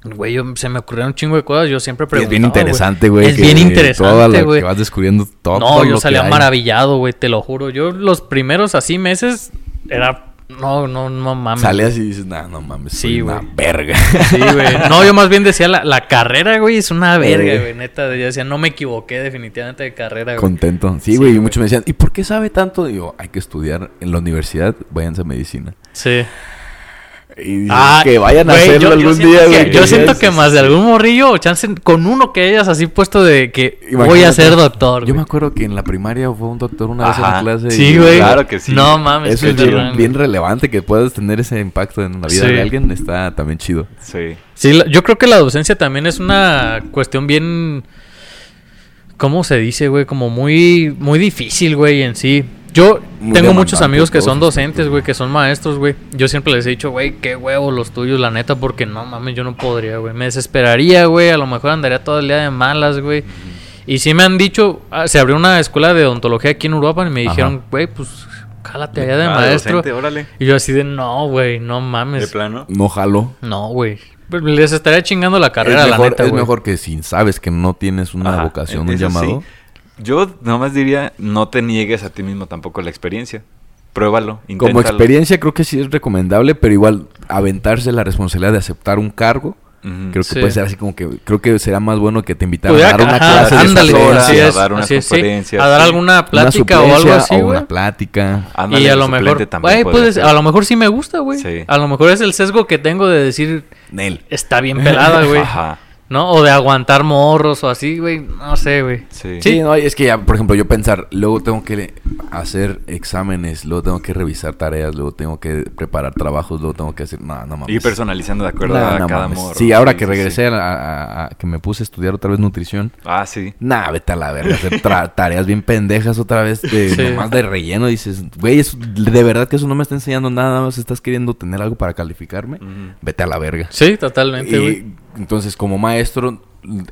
Speaker 2: Güey, yo- se me ocurrieron un chingo de cosas, yo siempre
Speaker 1: Y
Speaker 2: preguntaba.
Speaker 1: es bien interesante, güey.
Speaker 2: Es
Speaker 1: que
Speaker 2: bien
Speaker 1: Todo lo
Speaker 2: interesante, güey.
Speaker 1: que vas descubriendo todo.
Speaker 2: No,
Speaker 1: todo lo
Speaker 2: yo
Speaker 1: que
Speaker 2: salía
Speaker 1: hay.
Speaker 2: maravillado, güey, te lo juro. Yo los primeros así meses era... No, no, no mames.
Speaker 1: Sale así y dices, nah, no mames.
Speaker 2: Sí,
Speaker 1: soy una
Speaker 2: güey.
Speaker 1: verga.
Speaker 2: Sí, güey. No, yo más bien decía la, la carrera, güey, es una
Speaker 1: Eh.
Speaker 2: verga, güey, neta. Yo decía, no me equivoqué definitivamente de carrera, güey.
Speaker 1: Contento. Sí,
Speaker 2: Sí,
Speaker 1: güey. y
Speaker 2: güey.
Speaker 1: muchos me decían, ¿y por qué sabe tanto? Digo, hay que estudiar en la universidad, váyanse a medicina.
Speaker 2: Sí.
Speaker 1: Y
Speaker 2: Ah,
Speaker 1: que vayan a
Speaker 2: güey,
Speaker 1: hacerlo
Speaker 2: yo- yo
Speaker 1: algún
Speaker 2: siento
Speaker 1: día,
Speaker 2: que-
Speaker 1: güey.
Speaker 2: Yo siento
Speaker 1: es-
Speaker 2: que más de algún morrillo, o chance, con uno que hayas así puesto de que voy a
Speaker 1: Imagínate.
Speaker 2: ser doctor.
Speaker 1: Yo me
Speaker 2: güey.
Speaker 1: acuerdo que en la primaria fue un doctor una vez a la
Speaker 3: Ajá.
Speaker 1: clase. y-
Speaker 2: Sí, güey.
Speaker 3: Claro que sí.
Speaker 2: No mames,
Speaker 1: Eso
Speaker 2: qué
Speaker 1: es bien,
Speaker 2: cabrón,
Speaker 1: bien
Speaker 2: güey.
Speaker 1: relevante que puedas tener ese impacto en la vida
Speaker 2: Sí.
Speaker 1: de alguien. Está también chido.
Speaker 3: Sí.
Speaker 2: Sí, la- yo creo que la docencia también es una cuestión bien. ¿Cómo se dice, güey? Como muy, muy difícil, güey, en sí. Yo
Speaker 1: Muy
Speaker 2: tengo muchos
Speaker 1: demandante
Speaker 2: amigos que
Speaker 1: todo
Speaker 2: son
Speaker 1: ese
Speaker 2: docentes,
Speaker 1: aspecto.
Speaker 2: güey, que son maestros, güey. Yo siempre les he dicho, güey, qué huevo los tuyos, la neta, porque no mames, yo no podría, güey. Me desesperaría, güey. A lo mejor andaría todo el día de malas, güey. Y sí me han dicho, ah, se abrió una escuela de odontología aquí en Europa y me
Speaker 1: Ajá.
Speaker 2: dijeron, güey, pues cálate allá de
Speaker 3: Ah,
Speaker 2: maestro.
Speaker 3: docente, órale.
Speaker 2: y yo así de, no, güey, no mames.
Speaker 3: De plano.
Speaker 1: No jalo.
Speaker 2: No, güey. Pues Les estaría chingando la carrera,
Speaker 1: es mejor,
Speaker 2: la neta,
Speaker 1: es
Speaker 2: güey.
Speaker 1: mejor que si sabes que no tienes una
Speaker 3: Ajá,
Speaker 1: vocación, un
Speaker 3: eso
Speaker 1: llamado.
Speaker 3: sí. Yo nomás diría, no te niegues a ti mismo tampoco la experiencia. Pruébalo, inténtalo.
Speaker 1: Como experiencia creo que sí es recomendable, pero igual aventarse la responsabilidad de aceptar un cargo.
Speaker 3: Ujú.
Speaker 1: Creo que
Speaker 2: Sí.
Speaker 1: puede ser así como que creo que será más bueno que te invitaran a
Speaker 2: Pudiera-
Speaker 1: dar una
Speaker 2: ajá,
Speaker 1: clase de
Speaker 2: ándale,
Speaker 1: esas horas,
Speaker 2: así
Speaker 1: una
Speaker 2: es,
Speaker 3: a dar una
Speaker 2: así es, sí.
Speaker 3: conferencia,
Speaker 2: A dar
Speaker 3: sí.
Speaker 2: alguna plática o algo
Speaker 1: suplencia
Speaker 2: así,
Speaker 1: o
Speaker 2: güey.
Speaker 1: una plática.
Speaker 3: Ándale,
Speaker 2: Y a
Speaker 3: de
Speaker 2: lo mejor,
Speaker 3: suplente también
Speaker 2: güey,
Speaker 3: puede
Speaker 2: pues,
Speaker 3: ser.
Speaker 2: a lo mejor sí me gusta, güey.
Speaker 3: Sí.
Speaker 2: A lo mejor es el sesgo que tengo de decir,
Speaker 1: Nel.
Speaker 2: está bien pelada, güey.
Speaker 3: Ajá.
Speaker 2: ¿No? O de aguantar morros o así, güey. No sé, güey.
Speaker 3: Sí.
Speaker 1: Sí, no, es que ya, por ejemplo, yo pensar, luego tengo que le- hacer exámenes, luego tengo que revisar tareas, luego tengo que preparar trabajos, luego tengo que hacer. No, no mames.
Speaker 3: Ir personalizando de acuerdo
Speaker 1: Nah,
Speaker 3: a
Speaker 1: no
Speaker 3: cada
Speaker 1: mames.
Speaker 3: morro.
Speaker 1: Sí, ahora que
Speaker 3: sí,
Speaker 1: regresé
Speaker 3: sí.
Speaker 1: A, a- a- que me puse a estudiar otra vez nutrición.
Speaker 3: Ah, sí.
Speaker 1: Nah, vete a la verga, hacer tra- tareas bien pendejas otra vez, de,
Speaker 2: Sí.
Speaker 1: nomás de relleno. Dices, güey, es- de verdad que eso no me está enseñando nada, nada más estás queriendo tener algo para calificarme.
Speaker 3: Ujú.
Speaker 1: Vete a la verga.
Speaker 2: Sí, totalmente,
Speaker 1: Y,
Speaker 2: güey.
Speaker 1: entonces, como maestro,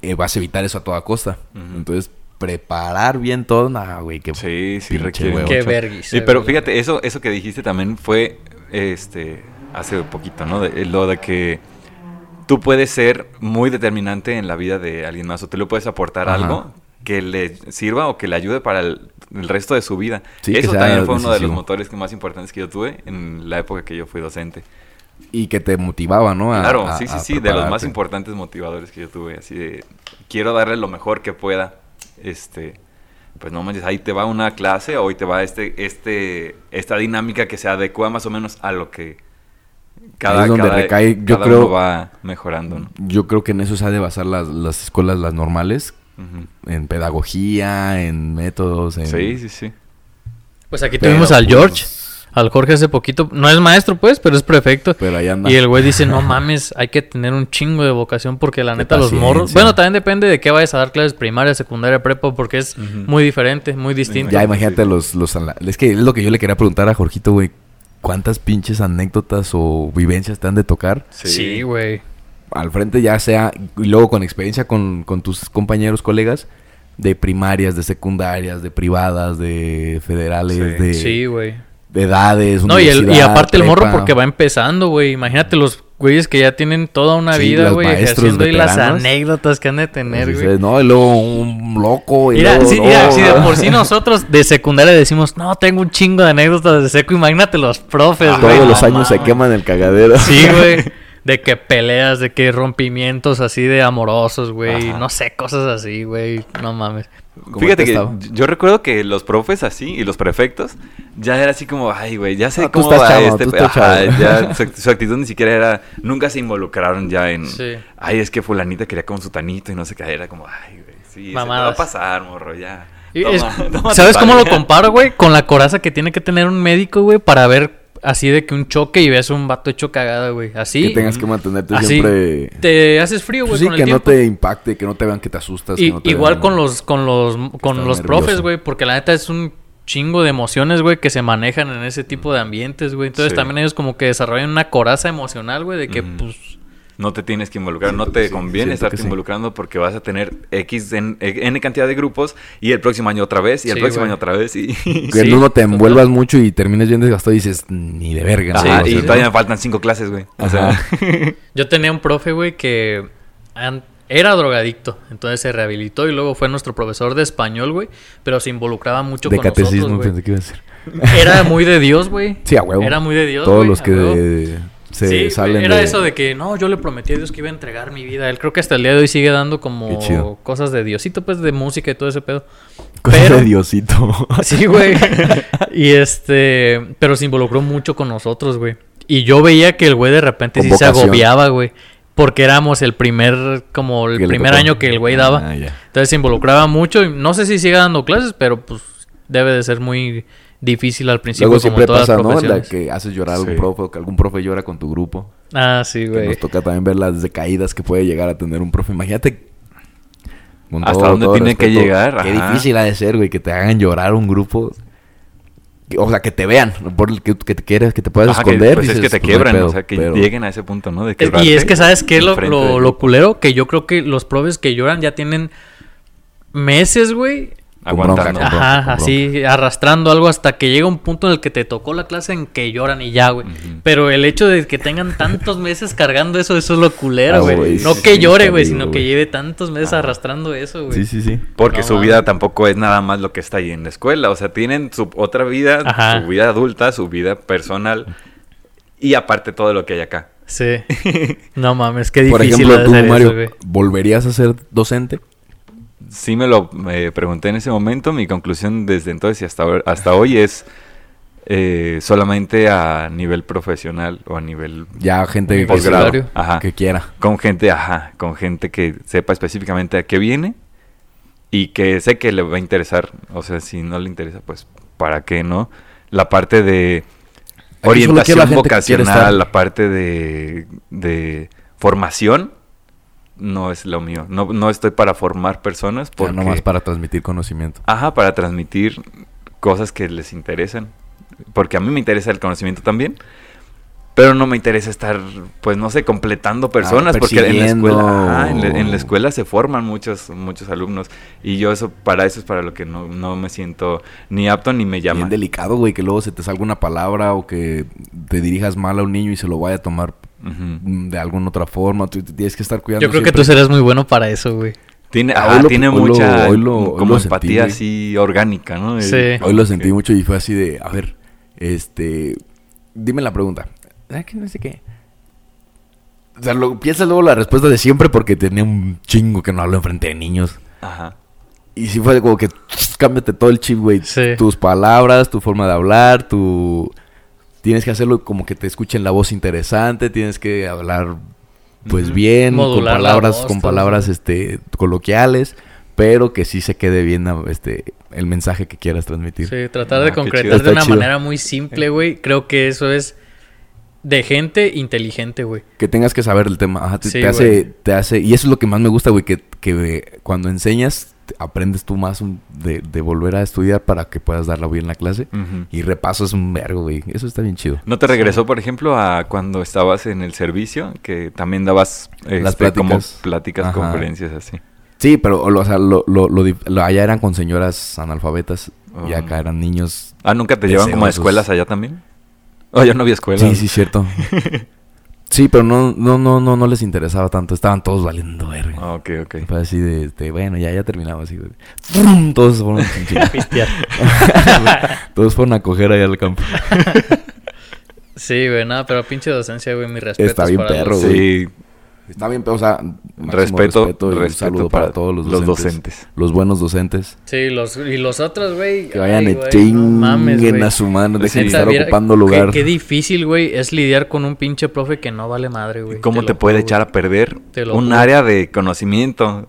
Speaker 1: eh, vas a evitar eso a toda costa.
Speaker 3: Ujú.
Speaker 1: Entonces, preparar bien todo, nah, güey, que
Speaker 3: Sí, sí,
Speaker 1: pinche
Speaker 3: requiere.
Speaker 1: huevo,
Speaker 2: Qué
Speaker 1: chavo.
Speaker 2: vergüenza.
Speaker 3: Sí, pero
Speaker 2: güey.
Speaker 3: fíjate, eso, eso que dijiste también fue este hace poquito, ¿no? De, lo de que tú puedes ser muy determinante en la vida de alguien más o tú le puedes aportar
Speaker 1: Ajá.
Speaker 3: algo que le sirva o que le ayude para el, el resto de su vida.
Speaker 1: Sí, que
Speaker 3: eso
Speaker 1: sea
Speaker 3: también fue uno de los
Speaker 1: decisivo.
Speaker 3: motores que más importantes que yo tuve en la época que yo fui docente.
Speaker 1: Y que te motivaba, ¿no? A-
Speaker 3: claro,
Speaker 1: a-
Speaker 3: sí, sí,
Speaker 1: a
Speaker 3: sí, de los más
Speaker 1: prepararte.
Speaker 3: importantes motivadores que yo tuve, así de quiero darle lo mejor que pueda. Este, pues no manches, ahí te va una clase, hoy te va este este esta dinámica que se adecua más o menos a lo que cada
Speaker 1: Ahí es donde
Speaker 3: cada-
Speaker 1: recae, yo
Speaker 3: cada
Speaker 1: creo-
Speaker 3: uno va mejorando, ¿no?
Speaker 1: Yo creo que en eso se ha de basar las, las escuelas, las normales,
Speaker 3: Ujú.
Speaker 1: en pedagogía, en métodos, en...
Speaker 3: Sí, sí, sí.
Speaker 2: Pues aquí
Speaker 1: Pero,
Speaker 2: tuvimos al
Speaker 1: pues,
Speaker 2: George, al Jorge hace poquito. No es maestro, pues, pero es prefecto.
Speaker 1: Pero ahí anda.
Speaker 2: Y el güey dice, no mames, hay que tener un chingo de vocación porque la
Speaker 1: De
Speaker 2: neta los
Speaker 1: paciencia.
Speaker 2: morros... Bueno, también depende de qué vayas a dar clases primaria, secundaria, prepa, porque es
Speaker 3: Ujú.
Speaker 2: muy diferente, muy distinto.
Speaker 1: Ya imagínate los, los... ala- Es que es lo que yo le quería preguntar a Jorgito, güey. ¿Cuántas pinches anécdotas o vivencias te han de tocar?
Speaker 2: Sí, güey.
Speaker 1: al frente, ya sea, y luego con experiencia con, con tus compañeros, colegas, de primarias, de secundarias, de privadas, de federales,
Speaker 3: Sí.
Speaker 1: de,
Speaker 2: Sí, güey.
Speaker 1: de edades.
Speaker 2: No, y, el- y
Speaker 1: universidad,
Speaker 2: aparte el morro
Speaker 1: prepa.
Speaker 2: porque va empezando, güey. Imagínate los güeyes que ya tienen toda una
Speaker 1: Sí,
Speaker 2: vida,
Speaker 1: los
Speaker 2: güey,
Speaker 1: maestros
Speaker 2: ejerciendo y las
Speaker 1: veteranos.
Speaker 2: anécdotas que han de tener,
Speaker 1: Entonces,
Speaker 2: güey.
Speaker 1: No, y luego un loco. Y
Speaker 2: Mira,
Speaker 1: luego,
Speaker 2: sí,
Speaker 1: no,
Speaker 2: mira, si de
Speaker 1: no.
Speaker 2: por sí nosotros de secundaria decimos, no, tengo un chingo de anécdotas de seco, imagínate los profes, güey.
Speaker 1: Todos
Speaker 2: no
Speaker 1: los años se
Speaker 2: mames".
Speaker 1: queman el cagadero.
Speaker 2: Sí, güey. de que peleas, de que rompimientos así de amorosos, güey.
Speaker 3: Ajá.
Speaker 2: No sé, cosas así, güey. No mames.
Speaker 1: Como ahorita
Speaker 3: Fíjate que
Speaker 1: estaba.
Speaker 3: yo recuerdo que los profes así y los prefectos ya era así como, ay, güey, ya sé
Speaker 1: No, Ah, tú
Speaker 3: cómo
Speaker 1: estás
Speaker 3: va
Speaker 1: chavo,
Speaker 3: este
Speaker 1: tú
Speaker 3: pe-
Speaker 1: estás
Speaker 3: Ajá,
Speaker 1: chavo.
Speaker 3: ya su, act- su actitud ni siquiera era, nunca se involucraron ya en,
Speaker 2: Sí.
Speaker 3: ay, es que fulanita quería con su tanito y no sé qué, era como, ay, güey, sí, se te va a
Speaker 2: Mamadas.
Speaker 3: pasar, morro, ya.
Speaker 2: Y
Speaker 3: Toma-
Speaker 2: es-
Speaker 3: toma tu
Speaker 2: ¿Sabes cómo lo
Speaker 3: tarea.
Speaker 2: comparo, güey? Con la coraza que tiene que tener un médico, güey, para ver así de que un choque y ves un vato hecho cagada, güey. Así.
Speaker 1: Que tengas que mantenerte
Speaker 2: así
Speaker 1: siempre.
Speaker 2: Te haces frío, güey,
Speaker 1: Pues sí,
Speaker 2: con el
Speaker 1: que no
Speaker 2: tiempo.
Speaker 1: te impacte, que no te vean que te asustas. que
Speaker 2: Y-
Speaker 1: no te
Speaker 2: igual
Speaker 1: vean-
Speaker 2: con los con los con
Speaker 1: estás
Speaker 2: los
Speaker 1: nervioso.
Speaker 2: profes, güey, porque la neta es un chingo de emociones, güey, que se manejan en ese tipo de ambientes, güey. Entonces
Speaker 3: Sí.
Speaker 2: también ellos como que desarrollan una coraza emocional, güey, de que
Speaker 3: Ujú.
Speaker 2: pues
Speaker 3: No te tienes que involucrar, no
Speaker 1: Siento
Speaker 3: te
Speaker 1: que sí,
Speaker 3: conviene
Speaker 1: siento
Speaker 3: estarte
Speaker 1: que sí.
Speaker 3: involucrando porque vas a tener X en, N cantidad de grupos y el próximo año otra vez y el
Speaker 2: Sí,
Speaker 3: próximo
Speaker 2: güey.
Speaker 3: año otra vez y...
Speaker 1: Que
Speaker 2: Sí,
Speaker 1: en uno te
Speaker 2: total.
Speaker 1: envuelvas mucho y termines bien desgastado y dices, ni de verga. no
Speaker 3: Ajá,
Speaker 1: lo voy a
Speaker 3: y
Speaker 1: hacer".
Speaker 3: todavía me faltan cinco clases, güey. O sea,
Speaker 1: Ajá.
Speaker 2: yo tenía un profe, güey, que an- era drogadicto, entonces se rehabilitó y luego fue nuestro profesor de español, güey, pero se involucraba mucho
Speaker 1: de
Speaker 2: con nosotros,
Speaker 1: catecismo,
Speaker 2: güey.
Speaker 1: pensé que iba a decir.
Speaker 2: Era muy de Dios, güey.
Speaker 1: Sí, a huevo.
Speaker 2: Era muy de Dios,
Speaker 1: Todos
Speaker 2: güey,
Speaker 1: los
Speaker 2: a
Speaker 1: que
Speaker 2: huevo.
Speaker 1: de- se
Speaker 2: Sí, güey,
Speaker 1: salen
Speaker 2: era eso de que no, yo le prometí a Dios que iba a entregar mi vida. Él creo que hasta el día de hoy sigue dando
Speaker 1: Qué chido.
Speaker 2: como cosas de Diosito, pues de música y todo ese pedo.
Speaker 1: cosas
Speaker 2: pero-
Speaker 1: de Diosito.
Speaker 2: Sí, güey. y este, pero se involucró mucho con nosotros, güey. Y yo veía que el güey de repente sí se
Speaker 1: Convocación.
Speaker 2: agobiaba, güey. Porque éramos el primer, como el
Speaker 1: Que le
Speaker 2: primer
Speaker 1: tocó.
Speaker 2: año que el güey daba.
Speaker 1: Ah, ya.
Speaker 2: Entonces se involucraba mucho. Y no sé si sigue dando clases, pero pues debe de ser muy difícil al principio.
Speaker 1: Luego
Speaker 2: como
Speaker 1: siempre
Speaker 2: todas
Speaker 1: pasa,
Speaker 2: las
Speaker 1: ¿no? La
Speaker 2: profesiones.
Speaker 1: que haces llorar a algún
Speaker 3: Sí.
Speaker 1: profe, o que algún profe llora con tu grupo.
Speaker 2: Ah, sí,
Speaker 1: Que
Speaker 2: güey.
Speaker 1: nos toca también ver las decaídas que puede llegar a tener un profe. Imagínate. con
Speaker 3: Hasta dónde tiene que llegar,
Speaker 1: Qué
Speaker 3: ajá.
Speaker 1: difícil ha de ser, güey, que te hagan llorar un grupo. Que- O sea, que te vean, por el que, que te quieras, que te puedas
Speaker 3: Ajá, que,
Speaker 1: esconder.
Speaker 3: pues es
Speaker 1: dices,
Speaker 3: que te
Speaker 1: pues, no hay
Speaker 3: quiebran,
Speaker 1: pedo,
Speaker 3: o sea, que
Speaker 1: pero-
Speaker 3: lleguen a ese punto, ¿no? De
Speaker 2: Es-
Speaker 3: quebrarte
Speaker 2: y es que, ¿sabes qué? Lo,
Speaker 3: enfrente
Speaker 2: lo,
Speaker 3: del
Speaker 2: lo
Speaker 3: grupo.
Speaker 2: culero que yo creo que los profes que lloran ya tienen meses, güey.
Speaker 3: aguantando.
Speaker 1: bronca, con
Speaker 2: Ajá,
Speaker 1: con
Speaker 2: así arrastrando algo hasta que llega un punto en el que te tocó la clase en que lloran y ya, güey. Pero el hecho de que tengan tantos meses cargando eso, eso es lo
Speaker 1: Ah,
Speaker 2: culero, güey.
Speaker 1: güey,
Speaker 2: no
Speaker 1: sí,
Speaker 2: que
Speaker 1: sí,
Speaker 2: llore,
Speaker 1: está
Speaker 2: güey,
Speaker 1: horrible,
Speaker 2: sino que
Speaker 1: güey.
Speaker 2: lleve tantos meses arrastrando eso, güey.
Speaker 1: Sí, sí, sí.
Speaker 3: Porque
Speaker 2: No
Speaker 3: su
Speaker 2: mames.
Speaker 3: vida tampoco es nada más lo que está ahí en la escuela. O sea, tienen su otra vida,
Speaker 2: Ajá.
Speaker 3: su vida adulta, su vida personal y aparte todo lo que hay acá.
Speaker 2: Sí. No mames, qué
Speaker 1: Por
Speaker 2: difícil
Speaker 1: ejemplo,
Speaker 2: ha de
Speaker 1: tú,
Speaker 2: ser eso,
Speaker 1: Mario,
Speaker 2: güey.
Speaker 1: ¿volverías a ser docente?
Speaker 3: Sí me lo me pregunté en ese momento. Mi conclusión desde entonces y hasta, ahora- hasta hoy es eh, solamente a nivel profesional o a nivel
Speaker 1: Ya, gente que,
Speaker 3: posgrado.
Speaker 2: Universitario.
Speaker 3: Ajá.
Speaker 1: que quiera.
Speaker 3: Con gente, ajá, con gente que sepa específicamente a qué viene y que sé que le va a interesar. O sea, si no le interesa, pues, ¿para qué no? La parte de
Speaker 1: Aquí solo quiero
Speaker 3: orientación
Speaker 1: la gente que quiere estar.
Speaker 3: vocacional, la parte de, de formación, no es lo mío. No, no estoy para formar personas,
Speaker 1: Ya
Speaker 3: porque,
Speaker 1: nomás para transmitir conocimiento.
Speaker 3: ajá, para transmitir cosas que les interesan. Porque a mí me interesa el conocimiento también. Pero no me interesa estar, pues no sé,
Speaker 1: Ah,
Speaker 3: completando personas, porque en la escuela, ajá, en, la, en la escuela se forman muchos, muchos alumnos. Y yo eso, para eso es para lo que no, no me siento ni apto ni me llama.
Speaker 1: Bien delicado, güey, que luego se te salga una palabra o que te dirijas mal a un niño y se lo vaya a tomar
Speaker 3: Ujú.
Speaker 1: mm, de alguna otra forma. Tú te tienes que estar cuidando.
Speaker 2: Yo creo que tú
Speaker 1: siempre.
Speaker 2: serás muy bueno para eso, güey.
Speaker 3: Tiene,
Speaker 1: Ah,
Speaker 3: ajá,
Speaker 1: hoy lo-
Speaker 3: tiene
Speaker 1: hoy lo-
Speaker 3: mucha
Speaker 1: hoy lo- hoy
Speaker 3: como
Speaker 1: lo sentí,
Speaker 3: empatía
Speaker 1: güey.
Speaker 3: así orgánica, ¿no?
Speaker 2: Sí.
Speaker 3: Eh,
Speaker 1: Hoy lo
Speaker 3: como
Speaker 1: sentí
Speaker 3: que-
Speaker 1: mucho y fue así de, a ver, este, dime la pregunta. Ah, que no sé qué. O sea, lo, piensas luego la respuesta de siempre porque tenía un chingo que no hablo enfrente de niños.
Speaker 3: Ajá.
Speaker 1: Y sí fue como que tss, cámbiate todo el chip, güey.
Speaker 2: Sí.
Speaker 1: Tus palabras, tu forma de hablar, tu... Tienes que hacerlo como que te escuchen la voz interesante, tienes que hablar pues
Speaker 3: Ujú.
Speaker 1: bien,
Speaker 2: Modular
Speaker 1: con
Speaker 2: la
Speaker 1: palabras,
Speaker 2: voz,
Speaker 1: con
Speaker 2: todo
Speaker 1: palabras
Speaker 2: eso.
Speaker 1: este coloquiales, pero que sí se quede bien este el mensaje que quieras transmitir.
Speaker 2: Sí, tratar
Speaker 3: Ah,
Speaker 2: de
Speaker 3: qué
Speaker 2: concretar
Speaker 3: chido.
Speaker 2: de
Speaker 1: Está
Speaker 2: una
Speaker 1: chido.
Speaker 2: manera muy simple, güey. Creo que eso es de gente inteligente, güey.
Speaker 1: Que tengas que saber el tema. Ajá, te,
Speaker 2: Sí,
Speaker 1: te hace,
Speaker 2: güey.
Speaker 1: te hace. Y eso es lo que más me gusta, güey, que, que eh, cuando enseñas, te- aprendes tú más un- de, de volver a estudiar para que puedas darla bien en la clase.
Speaker 3: Ujú.
Speaker 1: Y repasas un vergo, güey. Eso está bien chido.
Speaker 3: ¿No te regresó, por ejemplo, a cuando estabas en el servicio? Que también dabas
Speaker 1: Las
Speaker 3: este, como
Speaker 1: pláticas.
Speaker 3: pláticas,
Speaker 1: Ajá.
Speaker 3: conferencias así.
Speaker 1: Sí, pero o lo- o sea, lo- lo- lo dif- lo- allá eran con señoras analfabetas y
Speaker 3: Ah.
Speaker 1: acá eran niños.
Speaker 3: Ah, ¿nunca te llevan como a
Speaker 1: Deseosos.
Speaker 3: escuelas allá también? Oh, yo no había escuelas.
Speaker 1: Sí, sí, cierto. sí, pero no, no, no, no, no les interesaba tanto. Estaban todos valiendo verga.
Speaker 3: Ah, ok, ok.
Speaker 1: Fue así de, este, bueno, ya, ya terminaba así. güey. ¡Frum! Todos se fueron a chingar. Todos fueron a coger allá al campo.
Speaker 2: Sí, güey, nada, pero pinche docencia, güey, mi respeto.
Speaker 1: Está bien perro, güey.
Speaker 3: Sí,
Speaker 1: Está bien, pero, o sea, máximo
Speaker 3: respeto, respeto,
Speaker 1: y un saludo
Speaker 3: para, todos los docentes.
Speaker 1: Los buenos docentes.
Speaker 2: Sí, los, y los otros, güey.
Speaker 1: Que vayan
Speaker 2: ay,
Speaker 1: y
Speaker 2: güey, no
Speaker 1: chinguen
Speaker 2: mames, güey.
Speaker 1: a su mano. Dejen de
Speaker 2: Neta,
Speaker 1: estar
Speaker 2: viera-
Speaker 1: ocupando
Speaker 2: qué-
Speaker 1: lugar.
Speaker 2: Qué, difícil, güey, es lidiar con un pinche profe que no vale madre, güey.
Speaker 3: ¿Cómo te,
Speaker 2: lo
Speaker 3: puede
Speaker 2: juro,
Speaker 3: echar a perder
Speaker 2: Te lo
Speaker 3: un
Speaker 2: juro.
Speaker 3: área de conocimiento?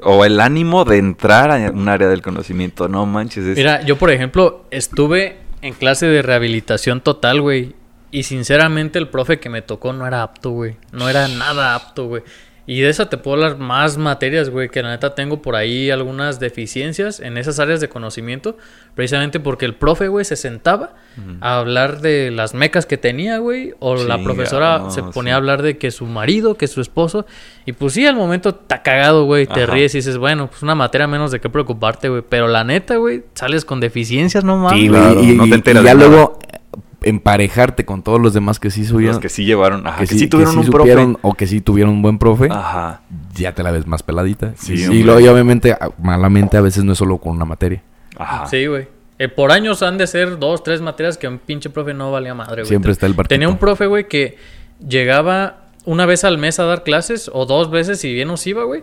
Speaker 3: O el ánimo de entrar a un área del conocimiento. No manches. es-
Speaker 2: Mira, yo por ejemplo estuve en clase de rehabilitación total, güey. Y sinceramente el profe que me tocó no era apto, güey. No era nada apto, güey. Y de esa te puedo hablar más materias, güey, que la neta tengo por ahí algunas deficiencias en esas áreas de conocimiento, precisamente porque el profe, güey, se sentaba a hablar de las mecas que tenía, güey, o la
Speaker 3: Chinga,
Speaker 2: profesora
Speaker 3: ah, no,
Speaker 2: se ponía
Speaker 3: sí.
Speaker 2: a hablar de que su marido, que su esposo, y pues sí, al momento está cagado, güey, te
Speaker 3: Ajá.
Speaker 2: ríes y dices, bueno, pues una materia menos de qué preocuparte, güey. Pero la neta, güey, sales con deficiencias, no mames.
Speaker 1: Sí, güey.
Speaker 3: Claro,
Speaker 1: y,
Speaker 3: no te
Speaker 1: y- y
Speaker 3: enteras
Speaker 1: ya
Speaker 3: de nada.
Speaker 1: luego eh, emparejarte con todos los demás que sí
Speaker 3: los
Speaker 1: subieron.
Speaker 3: que sí llevaron. Ajá, que, sí,
Speaker 1: sí-
Speaker 3: tuvieron
Speaker 1: sí
Speaker 3: un
Speaker 1: supieron ¿eh? O que sí tuvieron un buen profe.
Speaker 3: profe. Ajá.
Speaker 1: Ya te la ves más peladita.
Speaker 3: Sí,
Speaker 1: y,
Speaker 3: hombre.
Speaker 1: y luego, y obviamente, a- malamente, a veces no es solo con una materia.
Speaker 3: Ajá.
Speaker 2: Sí, güey. Eh, por años han de ser dos, tres materias que un pinche profe no valía madre, güey.
Speaker 1: Siempre está el barquito.
Speaker 2: Tenía un profe, güey, que llegaba una vez al mes a dar clases o dos veces si bien nos iba, güey.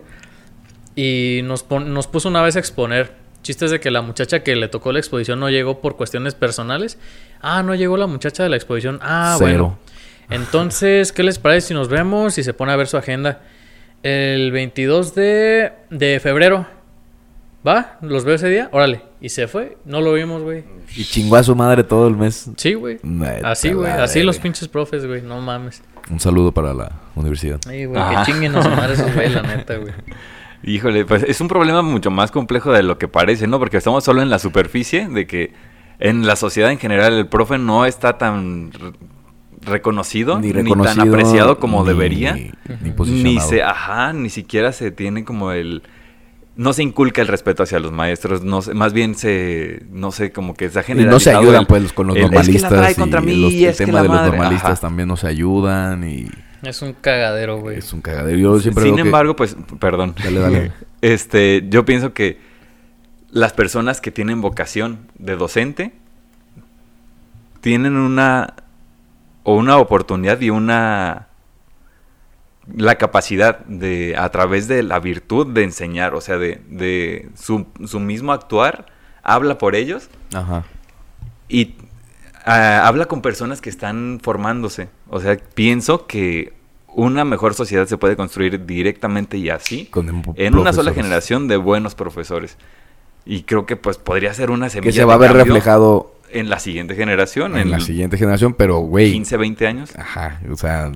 Speaker 2: Y nos, pon- nos puso una vez a exponer. Chistes de que la muchacha que le tocó la exposición no llegó por cuestiones personales. Ah, no llegó la muchacha de la exposición. Ah,
Speaker 1: Cero.
Speaker 2: bueno. Entonces, ¿qué les parece si nos vemos y se pone a ver su agenda? El 22 de, de febrero. ¿Va? ¿Los veo ese día? Órale. Y se fue. No lo vimos, güey.
Speaker 1: Y chingó a su madre todo el mes.
Speaker 2: Sí, güey.
Speaker 1: Neta,
Speaker 2: Así, güey.
Speaker 1: la
Speaker 2: Así
Speaker 1: verga.
Speaker 2: los pinches profes, güey. No mames.
Speaker 1: Un saludo para la universidad.
Speaker 2: Ay, güey.
Speaker 1: Ah.
Speaker 3: Ajá.
Speaker 2: Que chinguen a su madre esos güey, la neta, güey.
Speaker 3: Híjole, pues es un problema mucho más complejo de lo que parece, ¿no? Porque estamos solo en la superficie de que en la sociedad en general el profe no está tan re- reconocido ni, tan apreciado como
Speaker 1: ni-
Speaker 3: debería.
Speaker 1: Ni
Speaker 3: Ni
Speaker 1: posicionado.
Speaker 3: se, ajá, ni siquiera se tiene como el no se inculca el respeto hacia los maestros, no sé, más bien se no sé, como que se ha
Speaker 1: Y
Speaker 3: generado
Speaker 1: no se ayudan pues con los
Speaker 3: el- es que la
Speaker 1: normalistas.
Speaker 3: trae contra
Speaker 1: y
Speaker 3: mí,
Speaker 1: los- el
Speaker 3: es que
Speaker 1: tema
Speaker 3: la
Speaker 1: de los
Speaker 3: madre,
Speaker 1: normalistas
Speaker 3: ajá.
Speaker 1: también no se ayudan y
Speaker 2: Es un cagadero, güey.
Speaker 1: es un cagadero. Yo siempre
Speaker 3: Sin
Speaker 1: veo que-
Speaker 3: embargo, pues, perdón.
Speaker 1: Dale, dale.
Speaker 3: Este, yo pienso que las personas que tienen vocación de docente tienen una o una oportunidad y una la capacidad de a través de la virtud de enseñar, o sea, de, de su, su mismo actuar habla por ellos
Speaker 1: Ajá.
Speaker 3: y ah, habla con personas que están formándose. O sea, pienso que una mejor sociedad se puede construir directamente y así
Speaker 1: Con
Speaker 3: en
Speaker 1: profesores.
Speaker 3: una sola generación de buenos profesores. Y creo que pues podría ser una semilla
Speaker 1: Que se va a
Speaker 3: de
Speaker 1: ver
Speaker 3: cambio
Speaker 1: reflejado
Speaker 3: en la siguiente generación,
Speaker 1: en,
Speaker 3: en,
Speaker 1: la siguiente generación, pero güey.
Speaker 3: 15, 20 años.
Speaker 1: Ajá. O sea,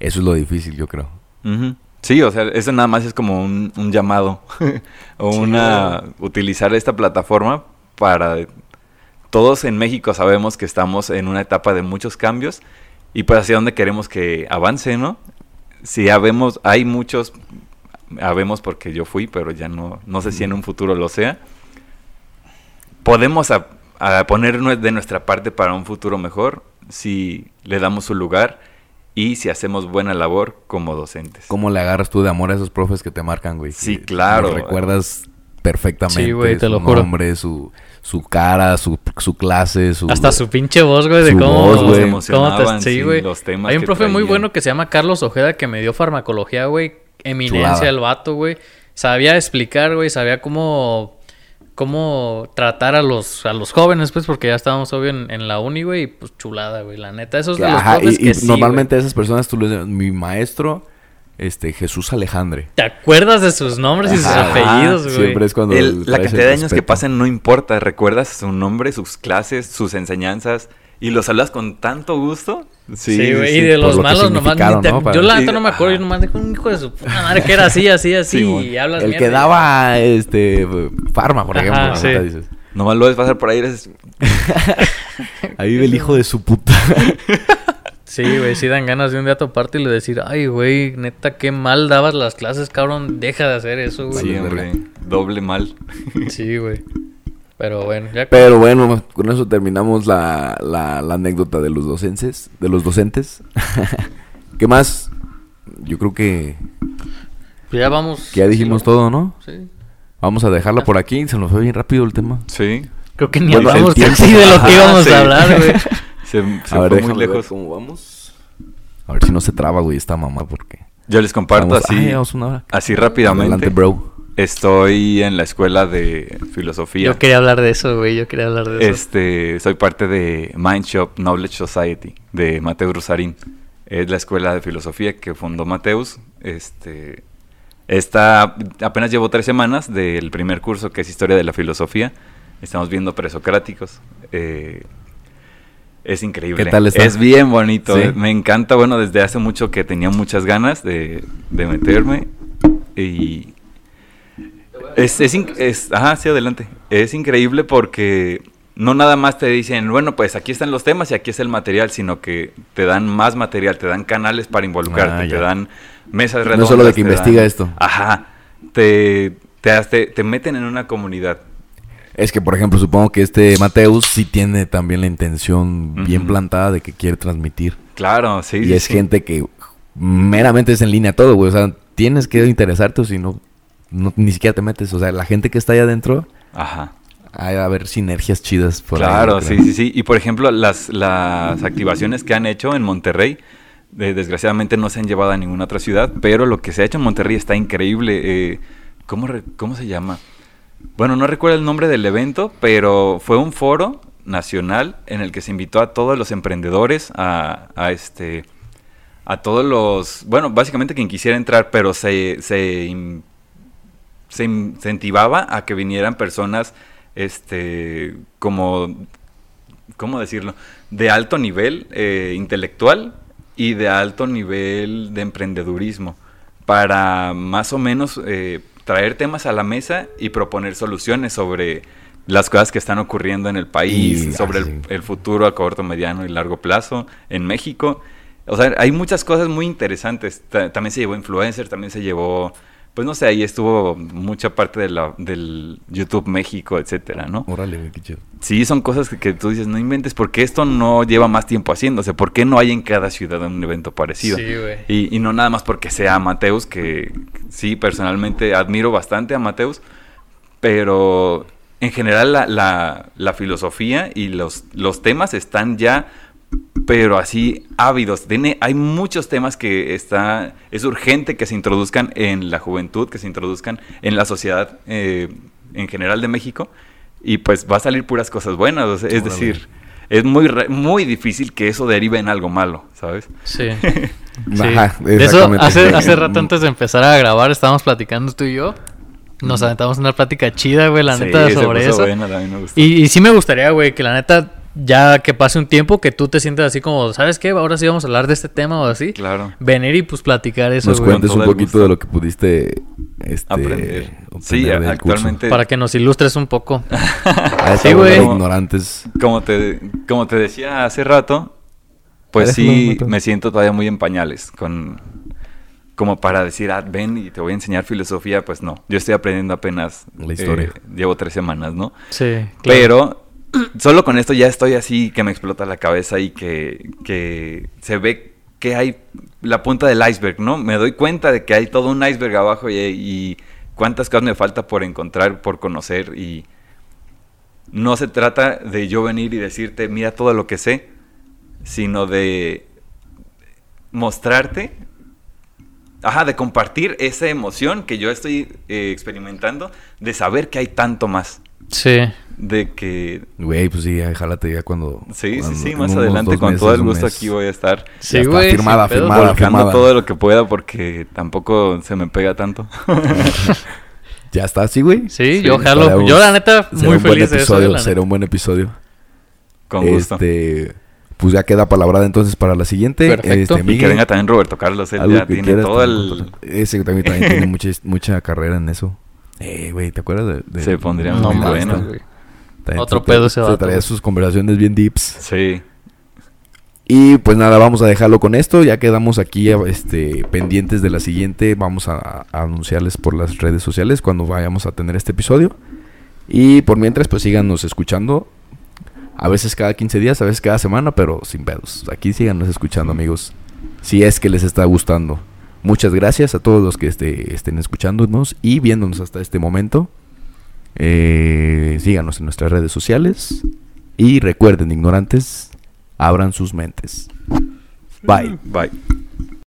Speaker 1: eso es lo difícil, yo creo.
Speaker 3: Ujú. Sí, o sea, eso nada más es como un, un llamado o una utilizar esta plataforma para todos en México sabemos que estamos en una etapa de muchos cambios y pues hacia dónde queremos que avance, ¿no? Si habemos, hay muchos, habemos porque yo fui, pero ya no, no sé si en un futuro lo sea. Podemos a, a poner nue- de nuestra parte para un futuro mejor si le damos su lugar y si hacemos buena labor como docentes.
Speaker 1: ¿Cómo le agarras tú de amor a esos profes que te marcan, güey?
Speaker 3: Sí,
Speaker 1: Que
Speaker 3: claro.
Speaker 1: los recuerdas perfectamente.
Speaker 2: Sí, güey, te lo
Speaker 1: su
Speaker 2: juro.
Speaker 1: nombre, su, su cara, su, su clase, su.
Speaker 2: Hasta su pinche voz, güey, de
Speaker 1: su
Speaker 2: cómo,
Speaker 1: voz, güey.
Speaker 2: cómo te-
Speaker 3: Emocionaban, sí,
Speaker 2: sí, güey.
Speaker 3: los temas
Speaker 2: Hay un
Speaker 3: que
Speaker 2: profe muy
Speaker 3: traían.
Speaker 2: bueno que se llama Carlos Ojeda que me dio farmacología, güey. Eminencia
Speaker 1: Chulada.
Speaker 2: el vato, güey. Sabía explicar, güey, sabía cómo cómo tratar a los a los jóvenes, pues, porque ya estábamos obvio en, en la uni, güey, y pues chulada, güey. La neta, esos
Speaker 1: Que,
Speaker 2: de los
Speaker 1: ajá,
Speaker 2: profes
Speaker 1: y,
Speaker 2: que
Speaker 1: y
Speaker 2: sí, güey.
Speaker 1: normalmente esas personas tú les mi maestro, este, Jesús Alejandre.
Speaker 2: ¿Te acuerdas de sus nombres y sus
Speaker 3: Ajá.
Speaker 2: apellidos, güey?
Speaker 1: Siempre es cuando
Speaker 3: El- la
Speaker 1: traes el
Speaker 3: cantidad de años que
Speaker 1: respeto.
Speaker 3: pasan no importa. Recuerdas su nombre, sus clases, sus enseñanzas y los hablas con tanto gusto.
Speaker 2: Sí, güey.
Speaker 3: sí.
Speaker 2: y de
Speaker 1: por
Speaker 2: los
Speaker 1: lo que
Speaker 2: malos nomás.
Speaker 1: significaron,
Speaker 2: ni te-
Speaker 1: ¿no? Para-
Speaker 2: Yo la
Speaker 3: y
Speaker 2: neta
Speaker 3: de-
Speaker 2: no me acuerdo. Yo
Speaker 3: ajá.
Speaker 2: nomás dijo un hijo de su puta madre que era así, así, así.
Speaker 3: Sí,
Speaker 2: y
Speaker 3: güey.
Speaker 2: hablas
Speaker 1: El
Speaker 2: mierda.
Speaker 1: que daba este farma, por
Speaker 2: Ajá,
Speaker 1: ejemplo, ¿no?
Speaker 2: sí.
Speaker 1: Ahorita dices,
Speaker 3: Nomás lo ves pasar por ahí. eres-
Speaker 1: Ahí vive el hijo de su puta.
Speaker 2: Sí, güey, sí dan ganas de un día toparte y le decir, ay, güey, neta, qué mal dabas las clases, cabrón, deja de hacer eso,
Speaker 3: Sí,
Speaker 2: güey.
Speaker 3: hombre. Doble mal.
Speaker 2: Sí, güey. Pero bueno, ya
Speaker 1: Pero bueno, con eso terminamos la, la, la anécdota de los docentes, de los docentes. ¿Qué más? Yo creo que,
Speaker 2: ya vamos.
Speaker 1: que ya dijimos todo, ¿no?
Speaker 2: Sí. Ah.
Speaker 1: Vamos a dejarla por aquí, se nos fue bien rápido el tema.
Speaker 3: Sí.
Speaker 2: Creo que ni
Speaker 3: Bueno, Pues el
Speaker 2: hablamos
Speaker 3: tiempo.
Speaker 2: casi de lo
Speaker 3: Ajá,
Speaker 2: que íbamos
Speaker 3: sí. Pues
Speaker 2: a hablar, güey.
Speaker 3: Se, se
Speaker 1: a ver,
Speaker 3: fue muy
Speaker 1: déjame ver
Speaker 3: lejos.
Speaker 1: cómo vamos. A ver si no se traba, güey, esta mamá, porque...
Speaker 3: Yo les comparto
Speaker 1: Vamos-
Speaker 3: así,
Speaker 1: Ay, vamos una hora.
Speaker 3: así rápidamente.
Speaker 1: Adelante, bro.
Speaker 3: Estoy en la escuela de filosofía.
Speaker 2: Yo quería hablar de eso, güey. Yo quería hablar de eso.
Speaker 3: Este, soy parte de Mindshop Knowledge Society de Mateus Rusarín. Es la escuela de filosofía que fundó Mateus. Este, esta apenas llevo tres semanas del primer curso que es historia de la filosofía. Estamos viendo presocráticos. Eh, es increíble.
Speaker 1: ¿Qué tal está?
Speaker 3: Es bien bonito.
Speaker 1: Sí.
Speaker 3: eh, Me encanta. Bueno, desde hace mucho que tenía muchas ganas de, de meterme. Y es, es, in- es- ajá, sí, adelante. Es increíble porque no nada más te dicen, bueno, pues aquí están los temas y aquí es el material, sino que te dan más material, te dan canales para involucrarte,
Speaker 1: Ah, ya.
Speaker 3: te dan mesas
Speaker 1: No
Speaker 3: redondas.
Speaker 1: solo de que
Speaker 3: te
Speaker 1: investiga
Speaker 3: dan-
Speaker 1: esto.
Speaker 3: Ajá. Te, te, has- te, te meten en una comunidad.
Speaker 1: Es que, por ejemplo, supongo que este Mateus sí tiene también la intención bien
Speaker 3: Ujú.
Speaker 1: plantada de que quiere transmitir.
Speaker 3: Claro, sí.
Speaker 1: y
Speaker 3: sí,
Speaker 1: es
Speaker 3: sí.
Speaker 1: gente que meramente es en línea todo, güey. O sea, tienes que interesarte o si no, no, ni siquiera te metes. O sea, la gente que está allá adentro,
Speaker 3: Ajá.
Speaker 1: hay a haber sinergias chidas por ahí,
Speaker 3: claro,
Speaker 1: yo
Speaker 3: sí,
Speaker 1: creo.
Speaker 3: sí, sí. Y por ejemplo, las, las activaciones que han hecho en Monterrey, eh, desgraciadamente no se han llevado a ninguna otra ciudad, pero lo que se ha hecho en Monterrey está increíble. Eh, ¿cómo, re- ¿Cómo se llama? Bueno, no recuerdo el nombre del evento, pero fue un foro nacional en el que se invitó a todos los emprendedores, a, a este, a todos los, bueno, básicamente quien quisiera entrar, pero se, se, in- se incentivaba a que vinieran personas, este, como, ¿cómo decirlo? De alto nivel eh, intelectual y de alto nivel de emprendedurismo para más o menos eh, traer temas a la mesa y proponer soluciones sobre las cosas que están ocurriendo en el país,
Speaker 1: Y-
Speaker 3: sobre
Speaker 1: ah,
Speaker 3: el,
Speaker 1: sí.
Speaker 3: el futuro a corto, mediano y largo plazo en México. O sea, hay muchas cosas muy interesantes. Ta- también se llevó influencer, también se llevó, pues no sé, ahí estuvo mucha parte de la, del YouTube México, etcétera, ¿no?
Speaker 1: Órale, güey, qué chido.
Speaker 3: Sí, son cosas que, que tú dices, no inventes, porque esto no lleva más tiempo haciéndose, ¿por qué no hay en cada ciudad un evento parecido?
Speaker 2: Sí, güey.
Speaker 3: Y, y no nada más porque sea Mateus, que sí, personalmente admiro bastante a Mateus, pero en general la, la- la filosofía y los, los temas están ya, pero así ávidos. Tiene, hay muchos temas que está, es urgente que se introduzcan en la juventud, que se introduzcan en la sociedad eh, en general de México, y pues va a salir puras cosas buenas. o sea, es
Speaker 1: Órale.
Speaker 3: decir, es muy, re- muy difícil que eso derive en algo malo, ¿sabes?
Speaker 2: Sí. Sí.
Speaker 1: Ajá,
Speaker 2: de eso,
Speaker 1: exactamente.
Speaker 2: hace, hace rato antes de empezar a grabar, estábamos platicando tú y yo. Nos aventamos una plática chida, güey, la
Speaker 3: Sí,
Speaker 2: neta,
Speaker 3: se
Speaker 2: sobre
Speaker 3: puso
Speaker 2: eso.
Speaker 3: buena, también me gustó.
Speaker 2: Y, y sí me gustaría, güey, que la neta, ya que pase un tiempo, que tú te sientas así como, ¿sabes qué? Ahora sí vamos a hablar de este tema o así.
Speaker 3: Claro.
Speaker 2: Venir y pues platicar eso,
Speaker 1: Nos
Speaker 2: güey.
Speaker 1: cuentes
Speaker 3: Con
Speaker 1: un
Speaker 3: todo el
Speaker 1: poquito
Speaker 3: gusto.
Speaker 1: de lo que pudiste este,
Speaker 3: Aprender. Sí,
Speaker 1: obtener del curso.
Speaker 3: actualmente.
Speaker 2: Para que nos ilustres un poco.
Speaker 1: A esa
Speaker 2: Sí,
Speaker 1: bola de
Speaker 2: güey.
Speaker 1: ignorantes.
Speaker 3: Como te, como te decía hace rato, pues
Speaker 1: Déjalo,
Speaker 3: sí
Speaker 1: Mateo.
Speaker 3: me siento todavía muy en pañales con como para decir, ah, ven y te voy a enseñar filosofía, pues no. Yo estoy aprendiendo apenas. eh,
Speaker 1: La historia.
Speaker 3: llevo tres semanas, ¿no?
Speaker 2: Sí, claro.
Speaker 3: Pero solo con esto ya estoy así que me explota la cabeza y que, que se ve que hay la punta del iceberg, ¿no? Me doy cuenta de que hay todo un iceberg abajo y, y cuántas cosas me falta por encontrar, por conocer y no se trata de yo venir y decirte, mira todo lo que sé, sino de mostrarte Ajá, de compartir esa emoción que yo estoy eh, experimentando, de saber que hay tanto más.
Speaker 2: Sí.
Speaker 3: De que.
Speaker 1: Güey, pues sí, ay, jálate ya cuando...
Speaker 3: Sí,
Speaker 1: cuando-
Speaker 3: sí, sí,
Speaker 1: en
Speaker 3: más
Speaker 1: unos
Speaker 3: adelante,
Speaker 1: dos
Speaker 3: con
Speaker 1: meses,
Speaker 3: todo el
Speaker 1: un
Speaker 3: gusto
Speaker 1: mes.
Speaker 3: aquí voy a estar
Speaker 2: Sí,
Speaker 1: Ya está,
Speaker 2: güey, sin
Speaker 1: firmada,
Speaker 2: pedo.
Speaker 1: firmada.
Speaker 3: volcando
Speaker 1: firmada.
Speaker 3: todo lo que pueda porque tampoco se me pega tanto.
Speaker 1: Ya está, sí, güey.
Speaker 2: Sí, yo
Speaker 1: ojalá
Speaker 2: jalo. Yo, la neta,
Speaker 1: será
Speaker 2: muy
Speaker 1: un buen
Speaker 2: feliz de eso,
Speaker 1: episodio,
Speaker 2: la neta.
Speaker 1: será un buen episodio.
Speaker 3: Con gusto.
Speaker 1: Este, pues ya queda palabrada entonces para la siguiente. Este,
Speaker 2: Perfecto.
Speaker 3: Y que
Speaker 1: Miguel,
Speaker 3: venga también Roberto Carlos, él
Speaker 1: algo
Speaker 3: ya
Speaker 1: que
Speaker 3: tiene
Speaker 1: quieras
Speaker 3: todo
Speaker 1: también
Speaker 3: el.
Speaker 1: contar. Ese que también, también tiene mucha, mucha carrera en eso. Eh, güey, ¿te acuerdas de...? de-
Speaker 3: Se pondría
Speaker 2: No
Speaker 3: muy
Speaker 2: mames,
Speaker 3: bueno.
Speaker 2: güey.
Speaker 1: También
Speaker 2: Otro
Speaker 1: se-
Speaker 2: pedo ese
Speaker 1: Se
Speaker 2: vato,
Speaker 1: traía
Speaker 2: güey.
Speaker 1: sus conversaciones bien deeps.
Speaker 3: Sí,
Speaker 1: Y pues nada, vamos a dejarlo con esto. Ya quedamos aquí este, pendientes de la siguiente. Vamos a, a anunciarles por las redes sociales cuando vayamos a tener este episodio. Y por mientras, pues síganos escuchando. A veces cada 15 días, a veces cada semana, pero sin pedos. Aquí síganos escuchando, amigos. Si es que les está gustando. Muchas gracias a todos los que este- estén escuchándonos y viéndonos hasta este momento. Eh, síganos en nuestras redes sociales. Y recuerden, ignorantes, Abran sus mentes. Bye.
Speaker 3: Bye.